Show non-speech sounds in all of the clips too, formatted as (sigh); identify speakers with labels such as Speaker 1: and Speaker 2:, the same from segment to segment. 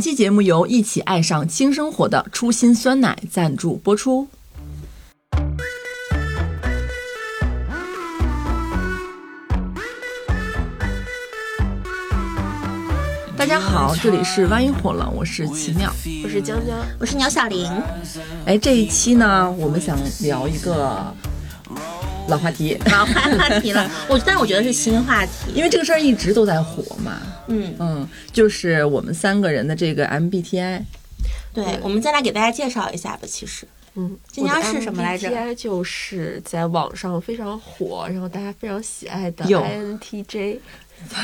Speaker 1: 本期节目由一起爱上轻生活的初心酸奶赞助播出。大家好，这里是万一火了，我是奇妙。
Speaker 2: 我是江江，
Speaker 3: 我是鸟小玲，
Speaker 1: 哎，这一期呢，我们想聊一个老话题， (laughs)
Speaker 3: 老话题 (laughs) 了。我但我觉得是新话题，
Speaker 1: 因为这个事儿一直都在火嘛。
Speaker 3: 嗯，
Speaker 1: 嗯，就是我们三个人的这个 MBTI，
Speaker 3: 对，我们再来给大家介绍一下吧。其实
Speaker 2: 嗯，
Speaker 3: 今年是什么来着
Speaker 2: t i 就是在网上非常火，然后大家非常喜爱的
Speaker 1: 哟
Speaker 2: INTJ，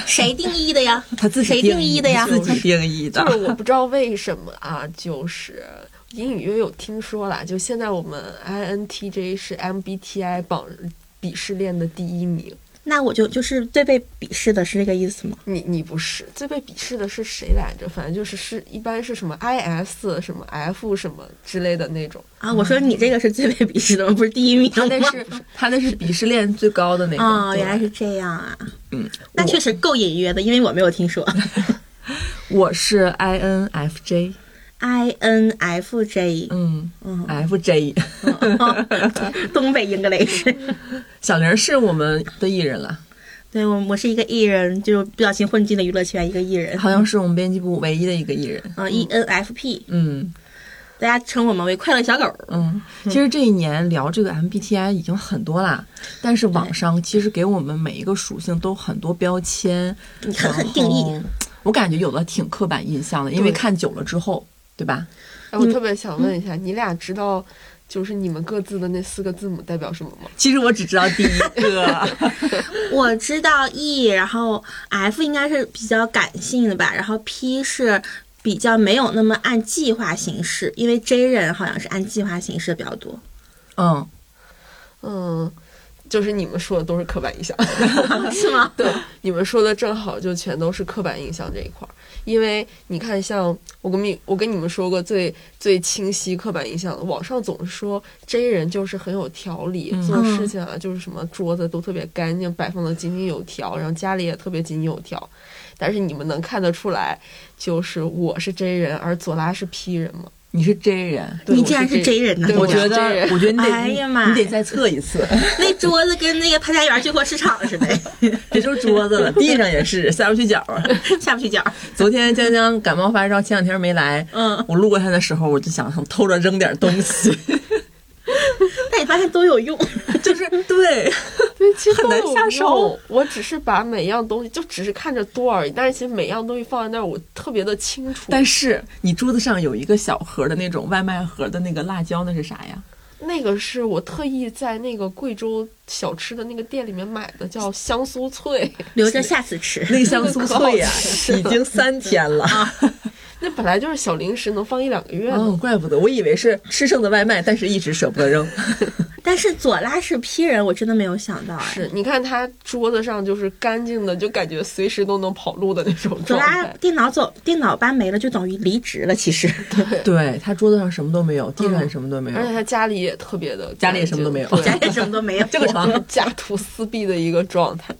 Speaker 3: 谁定义的呀？
Speaker 1: 他自己
Speaker 3: 谁定义的呀
Speaker 1: 自己定义的
Speaker 2: 就。呃是我不知道为什么啊，就是隐隐约约有听说啦，就现在我们 INTJ 是 MBTI 榜鄙视链的第一名，
Speaker 3: (laughs) 那我就就是最被鄙视的是这个意思吗？
Speaker 2: 你你不是最被鄙视的是谁来着？反正就是是一般是什么 IS 什么 F 什么之类的那种，
Speaker 3: 啊，我说你这个是最被鄙视的吗？啊不是第一名
Speaker 1: 他那
Speaker 3: 吗？
Speaker 1: 是他那是鄙视链最高的那个。
Speaker 3: 哦，
Speaker 1: 对
Speaker 3: 原来是这样啊，
Speaker 1: 嗯，
Speaker 3: 那确实够隐约的，因为我没有 (laughs) 听说
Speaker 1: 我是 INFJ，
Speaker 3: (laughs) INFJ，
Speaker 1: 嗯
Speaker 3: 嗯，
Speaker 1: ，FJ，
Speaker 3: 哦东北 English。
Speaker 1: (laughs) 小玲是我们的艺人了，
Speaker 3: 对我，我是一个艺人，就不小心混进了娱乐圈，一个艺人，
Speaker 1: 好像是我们编辑部唯一的一个艺人。
Speaker 3: 嗯，ENFP，
Speaker 1: 嗯
Speaker 3: 大家称我们为快乐小狗。
Speaker 1: 嗯，其实这一年聊这个 MBTI 已经很多啦，但是网上其实给我们每一个属性都很多标签，
Speaker 3: 你狠狠 (laughs) 定义
Speaker 1: 然后。我感觉有的挺刻板印象的，因为
Speaker 2: 对
Speaker 1: 看久了之后，对吧？
Speaker 2: 哎，我
Speaker 3: 嗯
Speaker 2: 特别想问一下，你俩知道就是你们各自的那四个字母代表什么吗？
Speaker 1: 其实我只知道
Speaker 3: (laughs)
Speaker 1: 第一个，
Speaker 3: 我知道 E，然后 F 应该是比较感性的吧，然后 P 是比较没有那么按计划行事，因为 J 人好像是按计划行事比较多。
Speaker 1: 嗯，
Speaker 2: 嗯，就是你们说的都是刻板印象，
Speaker 3: 是吗？
Speaker 2: 对，你们说的正好就全都是刻板印象这一块儿。因为你看，像我跟你我跟你们说过最最清晰刻板印象的，网上总是说 J 人就是很有条理，
Speaker 1: 嗯
Speaker 2: 做事情啊就是什么桌子都特别干净，摆放的井井有条，然后家里也特别井井有条。但是你们能看得出来，就是我是 J 人，而左拉是 P 人吗？
Speaker 1: 你是 J 人，
Speaker 2: 对
Speaker 3: 你
Speaker 2: 我
Speaker 3: 竟然
Speaker 2: 是
Speaker 3: 是 J 人呢
Speaker 2: 对？
Speaker 1: 我
Speaker 2: 我
Speaker 1: 觉
Speaker 2: 是 J
Speaker 1: 得，
Speaker 2: 人
Speaker 1: 我觉得你得，
Speaker 3: 哎呀妈
Speaker 1: 你得再测一次，
Speaker 3: 那桌子跟那个潘家园旧货市场似的，
Speaker 1: 别说桌子了，地上也是下不去脚啊。
Speaker 3: 下不去脚。
Speaker 1: 昨天江江感冒发烧，前两天没来，
Speaker 3: 嗯，
Speaker 1: 我路过他的时候，我就想想偷着扔点东 (laughs) 西，
Speaker 3: 但你发现都有用，
Speaker 1: 就是对，
Speaker 2: 对，其实
Speaker 1: 很
Speaker 2: 都
Speaker 1: 难
Speaker 2: 有
Speaker 1: 下手
Speaker 2: 用。我只是把每样东西，就只是看着多而已。但是其实每样东西放在那儿，我特别的清楚。
Speaker 1: 但是你桌子上有一个小盒的那种外卖盒的那个辣椒，那是啥呀？
Speaker 2: 那个是我特意在那个贵州小吃的那个店里面买的，叫香酥脆。
Speaker 3: 留着下次吃。
Speaker 1: 那个香酥脆 (laughs) 呀、
Speaker 2: 可好吃了
Speaker 1: 已经三天了。
Speaker 2: 那本来就是小零食，能放一两个月呢。
Speaker 1: 嗯，怪不得，我以为是吃剩的外卖，但是一直舍不得扔。
Speaker 3: 但是左拉是 P 人，我真的没有想到哎。
Speaker 2: 是，你看它桌子上就是干净的，就感觉随时都能跑路的那种
Speaker 3: 左
Speaker 2: 状
Speaker 3: 拉
Speaker 1: 啊
Speaker 2: 态。
Speaker 3: 电脑走，电脑搬没了就等于离职了，其实。
Speaker 1: 对嗯哎他桌子上什么都没有，地上也什么都没有，
Speaker 2: 而且他家里也特别的
Speaker 1: 家
Speaker 2: 干净，
Speaker 1: 里也什么都没有
Speaker 2: 对
Speaker 3: 家里什么都没有，
Speaker 1: (laughs) 这个床。
Speaker 2: (laughs) 家徒四壁的一个状态。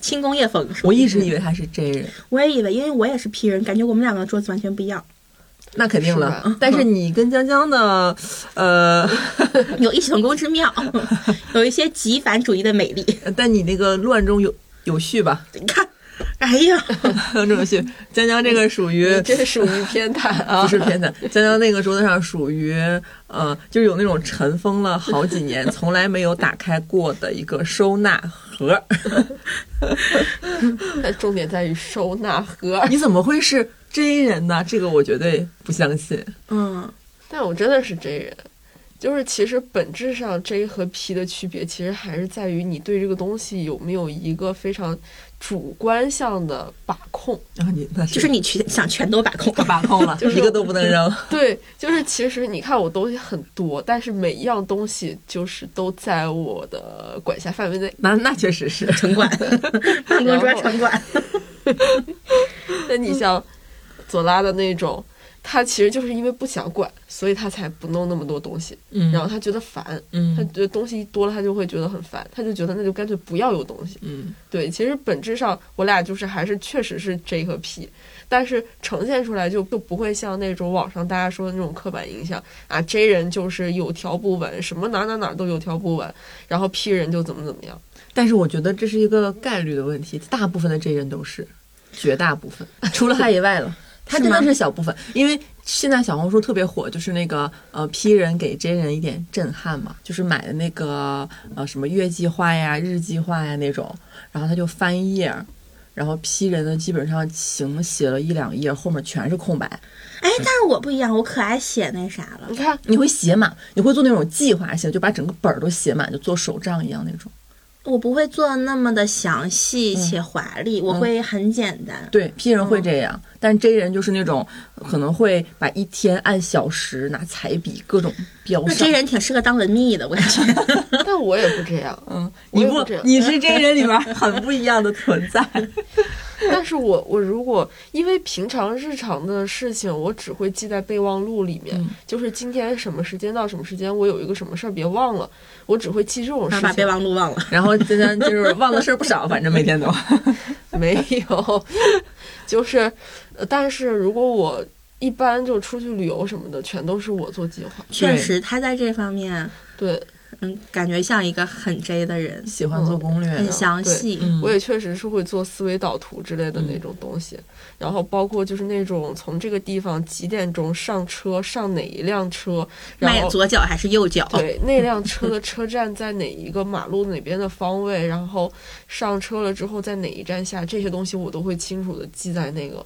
Speaker 3: 轻工业风是吧
Speaker 1: 我一直以为他是 J 人，
Speaker 3: 我也以为，因为我也是 P 人，感觉我们两个桌子完全不一样。 (laughs)
Speaker 1: 那肯定了
Speaker 2: 是
Speaker 1: (laughs)
Speaker 2: 吧。
Speaker 1: 但是你跟江江的，呃，
Speaker 3: 有异曲同工之
Speaker 2: (laughs)
Speaker 3: 妙，有一些极繁主义的美丽。
Speaker 1: 但你那个乱中有有序吧，
Speaker 3: 你看，哎呀，
Speaker 1: 乱中有序。江江这个属于
Speaker 2: 你这属于偏袒啊！
Speaker 1: 不是偏袒， (laughs) 江江那个桌子上属于呃，就是有那种尘封了好几年、从来没有打开过的一个收纳盒。
Speaker 2: 但重点在于收纳
Speaker 1: (laughs)
Speaker 2: 盒。
Speaker 1: (laughs) 你怎么会是 J 人呢？这个我绝对不相信。
Speaker 3: 嗯，
Speaker 2: 但我真的是 J 人，就是其实本质上 J 和 P 的区别，其实还是在于你对这个东西有没有一个非常主观向的把控。
Speaker 1: 然啊后你那
Speaker 3: 就是你全想全都把控。
Speaker 2: (laughs)
Speaker 1: 把控了，
Speaker 2: 就是
Speaker 1: 一个都不能扔。
Speaker 2: 对，就是其实你看我东西很多，但是每一样东西就是都在我的管辖范围内。
Speaker 1: 那那确实是
Speaker 3: 城管，办公桌城管，
Speaker 2: 那你像左拉的那种，他其实就是因为不想管，所以他才不弄那么多东西，
Speaker 1: (laughs) 嗯
Speaker 2: 然后他觉得烦。他
Speaker 1: 嗯
Speaker 2: 觉得东西一多了，他就会觉得很烦，他就觉得那就干脆不要有东西。
Speaker 1: 嗯，
Speaker 2: 对，其实本质上我俩就是还是确实是 J 和 P，但是呈现出来就就不会像那种网上大家说的那种刻板印象啊，J 人就是有条不紊，什么哪哪哪都有条不紊，然后 P 人就怎么怎么样。
Speaker 1: 但是我觉得这是一个概率的问题，大部分的 J 人都是，绝大部
Speaker 3: (laughs)
Speaker 1: 分，除了他以外了。他
Speaker 3: 是
Speaker 1: 真的
Speaker 3: 吗
Speaker 1: 是小部分，因为现在小红书特别火，就是那个呃 P 人给 J 人一点震撼嘛，就是买的那个呃什么月计划呀、日计划呀那种，然后他就翻页儿，然后 P 人的基本上行写了一两页，后面全是空白。
Speaker 3: 哎，但是我不一样，我可爱写那啥了
Speaker 2: 你。看，
Speaker 1: 你会写满，你会做那种计划性，就把整个本儿都写满，就做手账一样那种。
Speaker 3: 我不会做那么的详细且华
Speaker 2: 嗯
Speaker 3: 丽，我会很简单。
Speaker 1: 对，P 人会这样，但 J 人就是那种可能会把一天按小时拿彩笔各种标
Speaker 3: 那
Speaker 1: 上
Speaker 3: 这。人挺适合当文秘的，我感觉。
Speaker 2: 但我也不这 (laughs) 样，
Speaker 1: 嗯，你
Speaker 2: 我也
Speaker 1: 不
Speaker 2: 不这样，
Speaker 1: 你是 J 人里 (laughs) 边很不一样的存在。
Speaker 2: 但是我我如果因为平常日常的事情，我只会记在备忘录里面，
Speaker 1: 嗯
Speaker 2: 就是今天什么时间到什么时间，我有一个什么事儿别忘了，我只会记这
Speaker 3: (laughs)
Speaker 2: 种
Speaker 3: 他
Speaker 2: 事
Speaker 3: 把备
Speaker 2: 情。
Speaker 3: 忘录忘了。
Speaker 1: 然后今天就是忘的事儿不少，反正每天都。
Speaker 2: (laughs) 没有，就是，呃但是如果我一般就出去旅游什么的，全都是我做计划。
Speaker 3: 确实，他在这方面，
Speaker 2: 对，
Speaker 3: 嗯，感觉像一个很 J 的
Speaker 1: (laughs)
Speaker 3: 人，
Speaker 1: 喜欢做攻略，
Speaker 3: 很详细。
Speaker 1: 嗯
Speaker 2: 我也确实是会做思维导图之类的那种东西，然后包括就是那种从这个地方几点钟上车，上哪一辆车，然
Speaker 3: 迈
Speaker 2: 后
Speaker 3: 左脚还是右脚？
Speaker 2: 对，那辆车的车站在哪一个马路哪边的方位，然后上车了之后在哪一站下，这些东西我都会清楚的记在那个、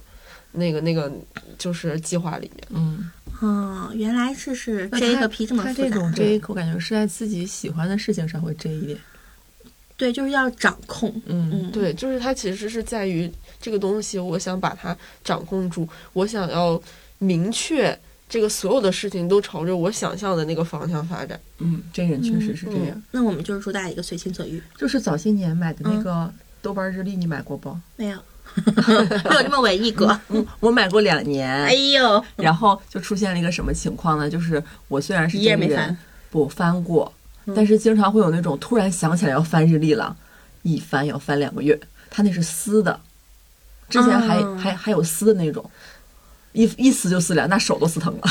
Speaker 2: 那个、那个就是计划里面。
Speaker 1: 嗯，
Speaker 3: 哦，原来是是
Speaker 1: 那
Speaker 3: J
Speaker 1: 他
Speaker 3: 和 P 这么
Speaker 1: 他
Speaker 3: 复
Speaker 1: 这
Speaker 3: 杂
Speaker 1: 种。J，我感觉是在自己喜欢的事情上会 J 一点。
Speaker 3: 对，就是要掌控。
Speaker 1: 嗯
Speaker 3: 嗯，，
Speaker 2: 对，就是它其实是在于这个东西，我想把它掌控住，我想要明确这个所有的事情都朝着我想象的那个方向发展。
Speaker 1: 嗯，J 人确实是这样。
Speaker 2: 嗯
Speaker 3: 那我们就是祝大家一个随心所欲。
Speaker 1: 就是早些年买的那个豆瓣日历，你买过不？
Speaker 3: 没 (laughs) 有，没有这么文艺哥。
Speaker 1: 嗯，我买过两年。
Speaker 3: 哎呦，
Speaker 1: 然后就出现了一个什么情况呢？就是我虽然是
Speaker 3: 一页
Speaker 1: 真
Speaker 3: 没嗯
Speaker 1: 人
Speaker 3: 翻，
Speaker 1: 不翻过，但是经常会有那种突然想起来要翻日历了，一翻要翻两个月。他那是撕的，之前还、
Speaker 3: 啊
Speaker 1: 还还有撕的那种，一一撕就撕两，那手都撕疼了。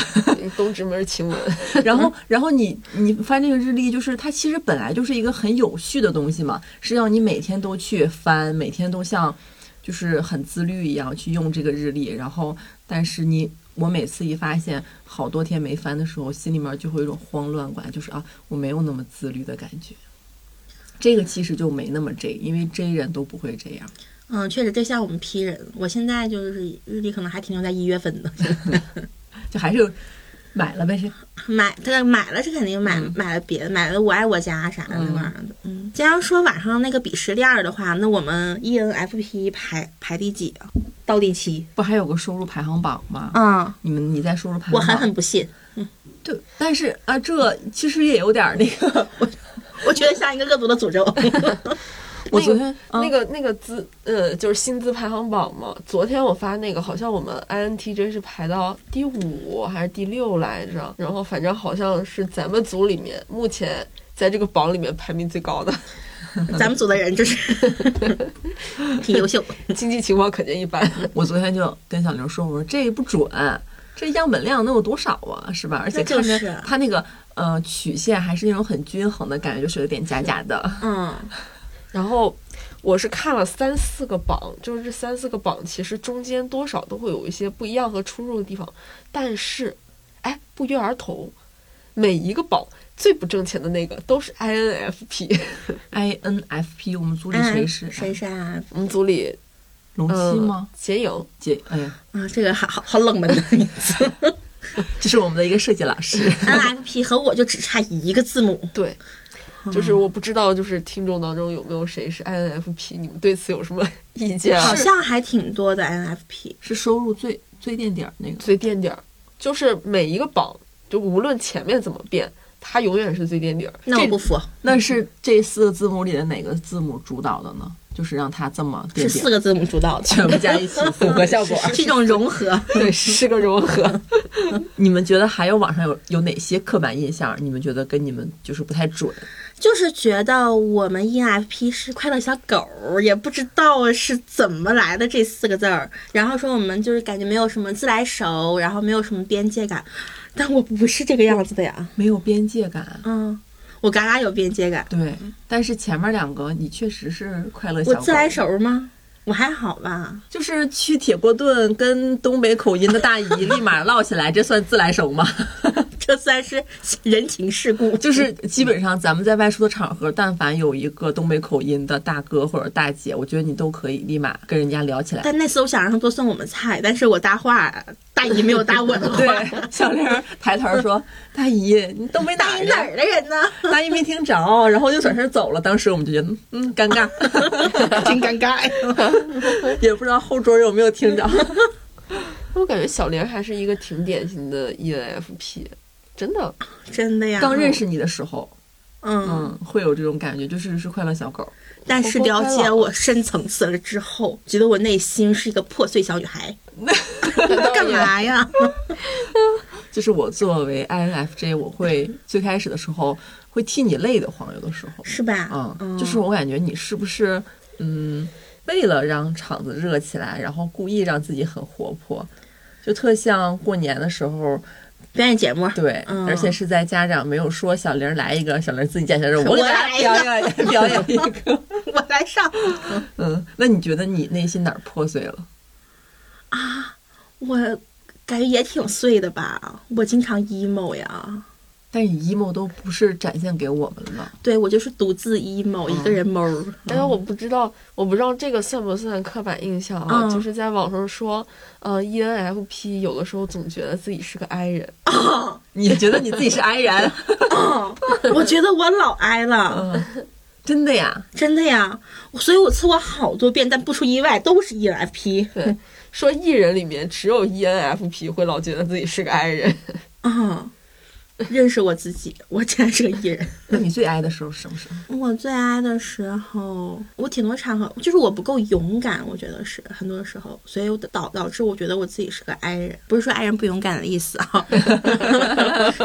Speaker 2: 东直嗯门晴雯，
Speaker 1: 然后，然后你你翻这个日历，就是它其实本来就是一个很有序的东西嘛，是要你每天都去翻，每天都像就是很自律一样去用这个日历。然后，但是你我每次一发现好多天没翻的时候，心里面就会有一种慌乱感，就是啊，我没有那么自律的感觉。这个其实就没那么 J，因为 J 人都不会这样。
Speaker 3: 嗯，确实，这像我们 P 人，我现在就是日历可能还停留在一月份呢。 (laughs)
Speaker 1: 就还是有买了呗，是
Speaker 3: 买这个买了是肯定买、
Speaker 1: 嗯
Speaker 3: 买了别的，买了我爱我家啥的那玩意儿的。嗯，既然说晚上那个鄙视链儿的话，那我们 E ENFP 排排第几啊？倒第七。
Speaker 1: 不还有个收入排行榜吗？
Speaker 3: 嗯，
Speaker 1: 你们你在收入排行
Speaker 3: 我
Speaker 1: 榜，
Speaker 3: 狠狠不信，
Speaker 1: 对，但是啊，这其实也有点儿那个。
Speaker 3: 我觉得像一个恶毒的诅咒。
Speaker 1: 我
Speaker 2: 那
Speaker 1: 昨
Speaker 2: 个
Speaker 1: 天
Speaker 2: 那个那个资呃，就是薪资排行榜嘛。昨天我发那个，好像我们 INTJ 是排到第五还是第六来着？然后反正好像是咱们组里面目前在这个榜里面排名最高的，
Speaker 3: 咱们组的人就是挺优秀。
Speaker 2: 经济情况肯定一般。
Speaker 1: 我昨天就跟小刘说，我说这不准，这样本量能有多少啊？是吧？而且
Speaker 3: 那就
Speaker 1: 看着
Speaker 3: 是啊
Speaker 1: 它那个呃曲线还是那种很均衡的感觉，就是有点假假的。
Speaker 3: 嗯，
Speaker 2: 然后我是看了三四个榜，就是这三四个榜其实中间多少都会有一些不一样和出入的地方，但是，哎，不约而同，每一个榜最不挣钱的那个都是 INFP。
Speaker 1: INFP，我们组里谁是
Speaker 3: 谁是啊？
Speaker 2: 我们组里
Speaker 1: 龙
Speaker 2: 嗯，
Speaker 1: 七吗？
Speaker 2: 杰影，
Speaker 1: 姐，哎呀，
Speaker 3: 啊，这个好好好冷门的名字。
Speaker 1: 这是我们的一个设计老师。 (laughs)
Speaker 3: NFP 和我就只差一个字母。
Speaker 2: 对，就是我不知道，就是听众当中有没有谁是 INFP，你们对此有什么意见啊
Speaker 3: 好？像还挺多的 NFP，
Speaker 1: 是收入最最垫底儿那个。
Speaker 2: 最垫底儿，就是每一个榜，就无论前面怎么变，它永远是最垫底儿。
Speaker 3: 那我不服，
Speaker 1: 那是这四个字母里的哪个字母主导的呢？就是让它这么垫
Speaker 3: 是
Speaker 1: 底
Speaker 3: 四
Speaker 1: 儿，
Speaker 3: 个字母主导的，
Speaker 1: 全部加一起符合效果。
Speaker 3: (laughs) 是一种融合。
Speaker 2: 对，是个融合。
Speaker 1: 你们觉得还有网上有有哪些刻板印象？你们觉得跟你们就是不太准？
Speaker 3: 就是觉得我们 ENFP 是快乐小狗儿，也不知道是怎么来的这四个字儿。然后说我们就是感觉没有什么自来熟，然后没有什么边界感，但我不是这个样子的呀。
Speaker 1: 没有边界感。嗯
Speaker 3: 嗯，我嘎嘎有边界感。
Speaker 1: 对，但是前面两个你确实是快乐小
Speaker 3: 我
Speaker 1: 狗
Speaker 3: 自来熟吗？我还好吧。 (laughs)
Speaker 1: 就是去铁锅炖跟东北口音的大姨立马唠起来，这算自来熟吗？ (laughs)
Speaker 3: 这算是人情世故，
Speaker 1: 就是基本上咱们在外出的场合，但凡有一个东北口音的大哥或者大姐，我觉得你都可以立马跟人家聊起 (laughs) 来。
Speaker 3: 但那次我想让他多送我们菜，但是我搭话，大姨没有搭我的 (laughs)
Speaker 1: (laughs)
Speaker 3: 话。
Speaker 1: 对，小玲儿抬头说：“大姨，你东北哪
Speaker 3: 大
Speaker 1: 儿
Speaker 3: 姨哪
Speaker 1: 的？”
Speaker 3: 儿的人呢？
Speaker 1: (laughs) 大姨没听着，然后就转身走了。当时我们就觉得，嗯，尴尬，
Speaker 3: 真尴尬呀！
Speaker 1: 也不知道后桌有没有听着。
Speaker 2: 我感觉小玲还是一个挺典型的 E ENFP，真的。
Speaker 3: (laughs) 真的
Speaker 1: (laughs)
Speaker 3: 呀，
Speaker 1: 刚认识你的时候，
Speaker 3: 嗯，
Speaker 1: 嗯，会有这种感觉，就是是快乐小狗。
Speaker 3: 但是了解我深层次了之后，觉得我内心是一个破碎小女
Speaker 1: (laughs)
Speaker 3: 孩。干嘛呀？
Speaker 1: 就是我作为 INFJ，我会最开始的时候会替你累得慌，有的时候，
Speaker 3: 是吧？
Speaker 1: 嗯，就是我感觉你是不是，嗯，为了让场子热起来，然后故意让自己很活泼，就特像过年的时候，
Speaker 3: 表演节目，
Speaker 1: 对，
Speaker 3: 嗯
Speaker 1: 而且是在家长没有说小玲儿来一个，小玲儿自己家小说，我给
Speaker 3: 我
Speaker 1: 大
Speaker 3: 来
Speaker 1: 家表
Speaker 3: 一个
Speaker 1: 演表演一个， (laughs)
Speaker 3: (laughs) 我来上。
Speaker 1: 嗯，那你觉得你内心哪儿破碎了？
Speaker 3: 我感觉也挺碎的吧，我经常 emo 呀。
Speaker 1: 但你 emo 都不是展现给我们了，
Speaker 3: 对我就是独自 emo，、一个人猫儿。 (laughs)
Speaker 2: 但是哎我不知道，我不知道这个算不算刻板印象啊？
Speaker 3: 嗯
Speaker 2: 就是在网上说，呃，ENFP 有的时候总觉得自己是个 I 人，
Speaker 1: 你觉得你自己是 I 人？ (laughs)
Speaker 3: 我觉得我老挨了。
Speaker 1: 嗯，真的呀，
Speaker 3: 真的呀，所以我测过好多遍，但不出意外都是 E ENFP
Speaker 2: 对，说 E 人里面只有 E ENFP 会老觉得自己是个 I 人。
Speaker 3: 啊、认识我自己，我竟然是个 E 人。
Speaker 1: 那你最 I 的时候是什么时候？
Speaker 3: 我最爱的时候，我挺多场合就是我不够勇敢，我觉得是很多时候，所以我导导致我觉得我自己是个 I 人，不是说 I 人不勇敢的意思啊，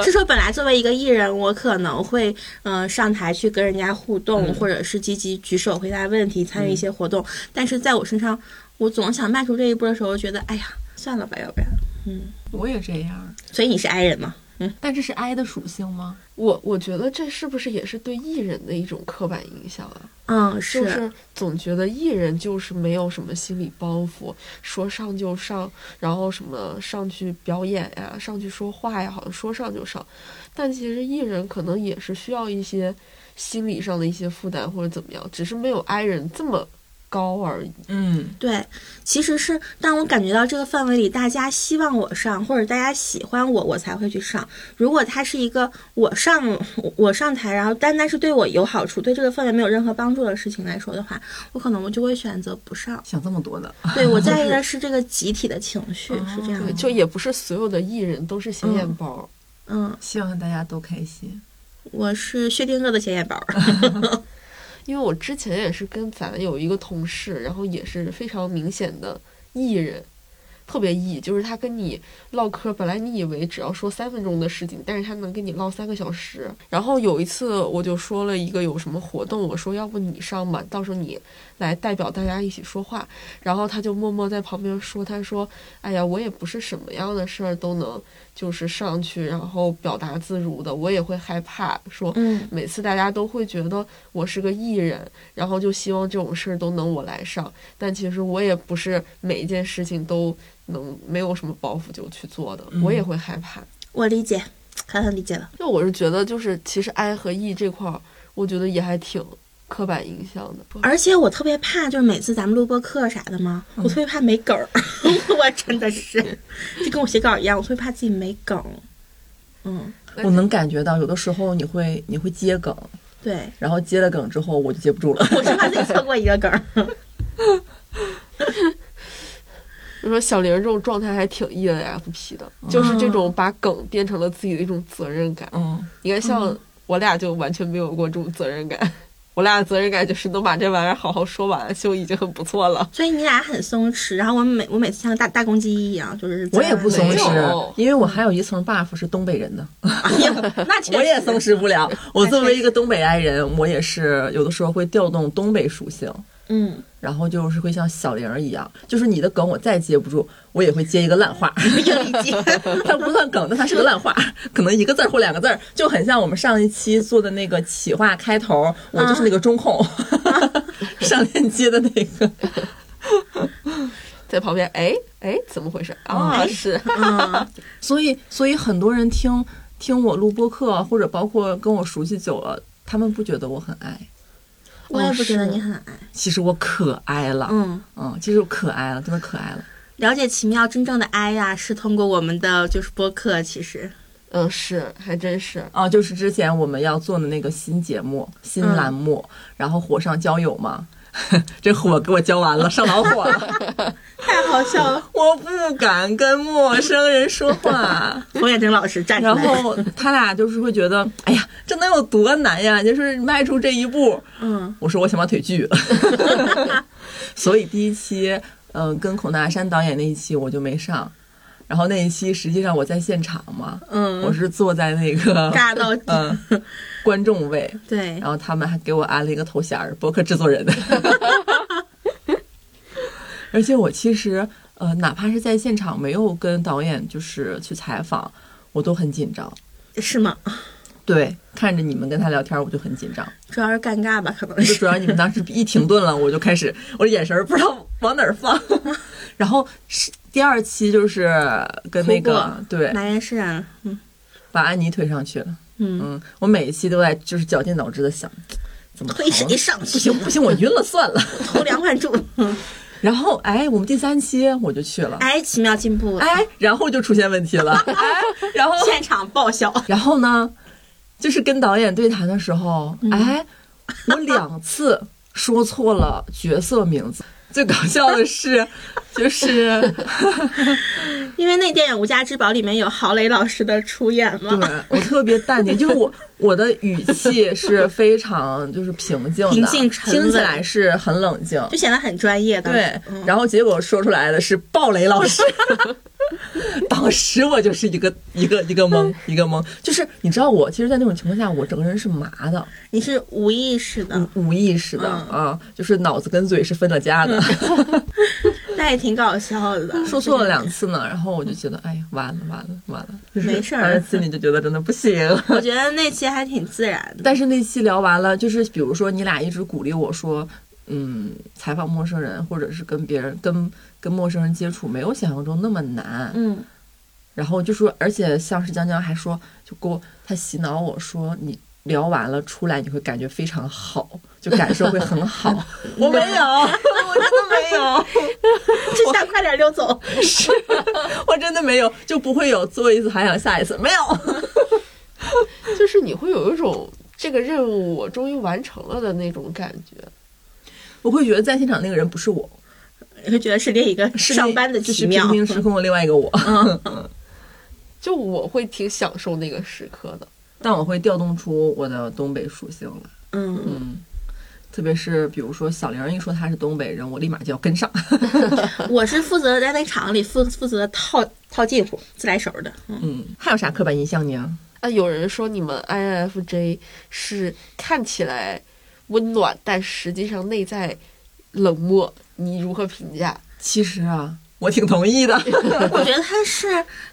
Speaker 3: 是说本来作为一个艺人，我可能会嗯、呃上台去跟人家互动，或者是积极举手回答问题，参与一些活动，但是在我身上，我总想迈出这一步的时候，觉得哎呀算了吧，要不然，
Speaker 1: 我也这样，
Speaker 3: 所以你是 I 人吗？
Speaker 1: 但这是 I 的属性吗？
Speaker 2: 我我觉得这是不是也是对 E 人的一种刻板印象啊？
Speaker 3: 嗯，
Speaker 2: 就。是总觉得艺人就是没有什么心理包袱，说上就上，然后什么上去表演呀、上去说话呀，好像说上就上。但其实艺人可能也是需要一些心理上的一些负担或者怎么样，只是没有 i 人这么高而已。
Speaker 1: 嗯，。
Speaker 3: 对，其实是当我感觉到这个氛围里，大家希望我上，或者大家喜欢我，我才会去上。如果他是一个我上我我上台，然后单单是对我有好处，对这个氛围没有任何帮助的事情来说的话，我可能我就会选择不上
Speaker 1: 想这么多呢。
Speaker 3: 对我在意的是这个集体的情绪，是这样
Speaker 2: 对，
Speaker 3: 的。
Speaker 2: 就也不是所有的艺人都是显眼包。
Speaker 3: 嗯，
Speaker 1: 希望大家都开心。
Speaker 3: 我是薛定谔的显眼包。
Speaker 2: 因为我之前也是跟咱有一个同事，然后也是非常明显的艺人，特别艺，就是他跟你唠嗑，本来你以为只要说三分钟的事情，但是他能跟你唠三个小时。然后有一次我就说了一个有什么活动，我说要不你上吧，到时候你来代表大家一起说话。然后他就默默在旁边说，他说：“哎呀，我也不是什么样的事儿都能就是上去然后表达自如的，我也会害怕说。”
Speaker 3: 嗯，
Speaker 2: 每次大家都会觉得我是个艺人，然后就希望这种事儿都能我来上，但其实我也不是每一件事情都能没有什么包袱就去做的，我
Speaker 1: 嗯
Speaker 2: 也会害怕。
Speaker 3: 我理解，狠狠理解了。
Speaker 2: 就我是觉得，就是其实 I 和 E 这块儿，我觉得也还挺刻板印象的。
Speaker 3: 而且我特别怕，就是每次咱们录播课啥的嘛，我特别怕没梗儿， (laughs) 我真的是，就跟我写稿一样，我特别怕自己没梗儿。嗯，
Speaker 1: 我能感觉到，有的时候你会你会接梗，
Speaker 3: 对，
Speaker 1: 然后接了梗之后我就接不住了。
Speaker 3: 我生怕自己错过一个梗儿。
Speaker 2: 就说小玲儿这种状态还挺 E ENFP 的，
Speaker 1: 嗯
Speaker 2: 就是这种把梗变成了自己的一种责任感。
Speaker 1: 嗯，
Speaker 2: 你看，像我俩就完全没有过这种责任感。我俩的责任感就是能把这玩意儿好好说完，就已经很不错了。
Speaker 3: 所以你俩很松弛，然后我每我每次像个大大公鸡一样，就是
Speaker 1: (laughs) 我也不松
Speaker 2: 没
Speaker 1: 弛
Speaker 2: 有，
Speaker 1: 因为我还有一层 buff 是东北人的，
Speaker 3: 啊 (laughs)
Speaker 1: (laughs)
Speaker 3: 那确实
Speaker 1: 我也松弛不了。我作为一个东北爱人，我也是有的时候会调动东北属性，
Speaker 3: 嗯，
Speaker 1: 然后就是会像小玲儿一样，就是你的梗我再接不住，我也会接一个烂话。 (laughs)
Speaker 3: 硬理解。
Speaker 1: 它不算梗，但它是个烂话，可能一个字儿或两个字儿，就很像我们上一期做的那个企划开头，我就是那个中控， (laughs) 上链接的那个。
Speaker 2: 在旁边，哎哎，怎么回事啊？是
Speaker 3: 嗯，
Speaker 1: (laughs) 所以，所以很多人听听我录播客，或者包括跟我熟悉久了，他们不觉得我很爱，
Speaker 3: 我也不觉得你很爱。
Speaker 1: 其实我可爱了，
Speaker 3: 嗯，
Speaker 1: 嗯，其实我可爱了，真的可爱了。
Speaker 3: 了解奇妙真正的爱呀、是通过我们的就是播客，其实
Speaker 2: 嗯是，还真是。
Speaker 1: 啊，就是之前我们要做的那个新节目、新栏目，然后火上浇油嘛， (laughs) 这火给我浇完了，上老火了， (laughs)
Speaker 3: 太好笑了。
Speaker 1: 我不敢跟陌生人说
Speaker 3: (laughs)
Speaker 1: 话。
Speaker 3: 冯远征老师站出
Speaker 1: 然
Speaker 3: 来，
Speaker 1: 后他俩就是会觉得，哎呀，这能有多难呀？就是迈出这一步。
Speaker 3: 嗯，
Speaker 1: 我说我想把腿锯了， (laughs) 所以第一期，嗯、跟孔大山导演那一期我就没上。然后那一期实际上我在现场嘛，
Speaker 3: 嗯
Speaker 1: 我是坐在那个
Speaker 3: 尬到
Speaker 1: (laughs)
Speaker 3: 底。
Speaker 1: 嗯、观众位，
Speaker 3: 对
Speaker 1: 然，后他们还给我安了一个头衔儿——博客制作人。 (laughs) 而且我其实呃，哪怕是在现场没有跟导演就是去采访，我都很紧张。
Speaker 3: 是吗？
Speaker 1: 对，看着你们跟他聊天，我就很紧张。
Speaker 3: 主要是尴尬吧，可能。
Speaker 1: 就是主要你们当时一停顿了，我就开始我的眼神儿不知道往哪儿放。 (laughs) 然后是第二期就是跟那
Speaker 3: 哭
Speaker 1: 个对，
Speaker 3: 男人释然，嗯
Speaker 1: 把安妮推上去了。
Speaker 3: 嗯，
Speaker 1: 嗯，我每一期都在就是绞尽脑汁的想，怎么
Speaker 3: 推
Speaker 1: 逃
Speaker 3: 谁
Speaker 1: 呢
Speaker 3: 上
Speaker 1: 不
Speaker 3: 去？
Speaker 1: 行不行，我晕了算了。
Speaker 3: 头梁
Speaker 1: (laughs)
Speaker 3: 换柱。
Speaker 1: 然后哎，我们第三期我就去了，
Speaker 3: 哎，奇妙进步，
Speaker 1: 哎，然后就出现问题了，哎，然
Speaker 3: (laughs)
Speaker 1: 后
Speaker 3: 现场爆笑。
Speaker 1: 然后呢，就是跟导演对谈的时候，
Speaker 3: 嗯
Speaker 1: 哎，我两次说错了角色名字。最搞笑的是， (laughs) 就是
Speaker 3: 因为那电影《无价之宝》里面有郝蕾老师的出演
Speaker 1: 对
Speaker 3: 嘛，
Speaker 1: 我特别淡定，就是我我的语气是非常就是平静的，
Speaker 3: 平静沉稳
Speaker 1: 听起来是很冷静，
Speaker 3: 就显得很专业的。
Speaker 1: 对，
Speaker 3: 嗯
Speaker 1: 然后结果说出来的是鲍雷老师， (laughs) 当时我就是一个一个一个懵，一个懵，就是你知道我，其实，在那种情况下，我整个人是麻的，
Speaker 3: 你是无意识的，
Speaker 1: 无无意识的、
Speaker 3: 嗯
Speaker 1: 啊，就是脑子跟嘴是分了家的，
Speaker 3: 那也挺搞笑
Speaker 1: (laughs)
Speaker 3: 的。
Speaker 1: 说错了两次呢，然后我就觉得，哎呀，完了完了完了，就是
Speaker 3: 没事儿
Speaker 1: 当时心里就觉得真的不行。 (laughs)
Speaker 3: 我觉得那期还挺自然的。
Speaker 1: 但是那期聊完了，就是比如说你俩一直鼓励我说，嗯，采访陌生人或者是跟别人跟跟陌生人接触，没有想象中那么难，
Speaker 3: 嗯，
Speaker 1: 然后就说，而且像是江江还说，就给我他洗脑我说你。聊完了出来，你会感觉非常好，就感受会很好。 (laughs) 我没有，我真的没有，
Speaker 3: 只想快点溜走。
Speaker 1: (laughs) 我真的没有，就不会有做一次还想下一次，没有。
Speaker 2: 就是你会有一种这个任务我终于完成了的那种感觉。
Speaker 1: 我会觉得在现场那个人不是我，
Speaker 3: 你会觉得是另一个
Speaker 1: 是
Speaker 3: 上班的
Speaker 1: 就
Speaker 3: 奇
Speaker 1: 是平
Speaker 3: 妙。
Speaker 1: 行 (laughs) 时空的另外一个我，
Speaker 2: 就我会挺享受那个时刻的。
Speaker 1: 但我会调动出我的东北属性来。
Speaker 3: 嗯，
Speaker 1: 嗯，特别是比如说小玲儿一说她是东北人，我立马就要跟上。嗯
Speaker 3: 我是负责在那厂里负负责套套近乎、自来熟的。嗯，
Speaker 1: 嗯，还有啥刻板印象呢？
Speaker 2: 啊，有人说你们 INFJ 是看起来温暖，但实际上内在冷漠，你如何评价？
Speaker 1: 其实啊，我挺同意的。 (laughs)
Speaker 3: 我觉得他是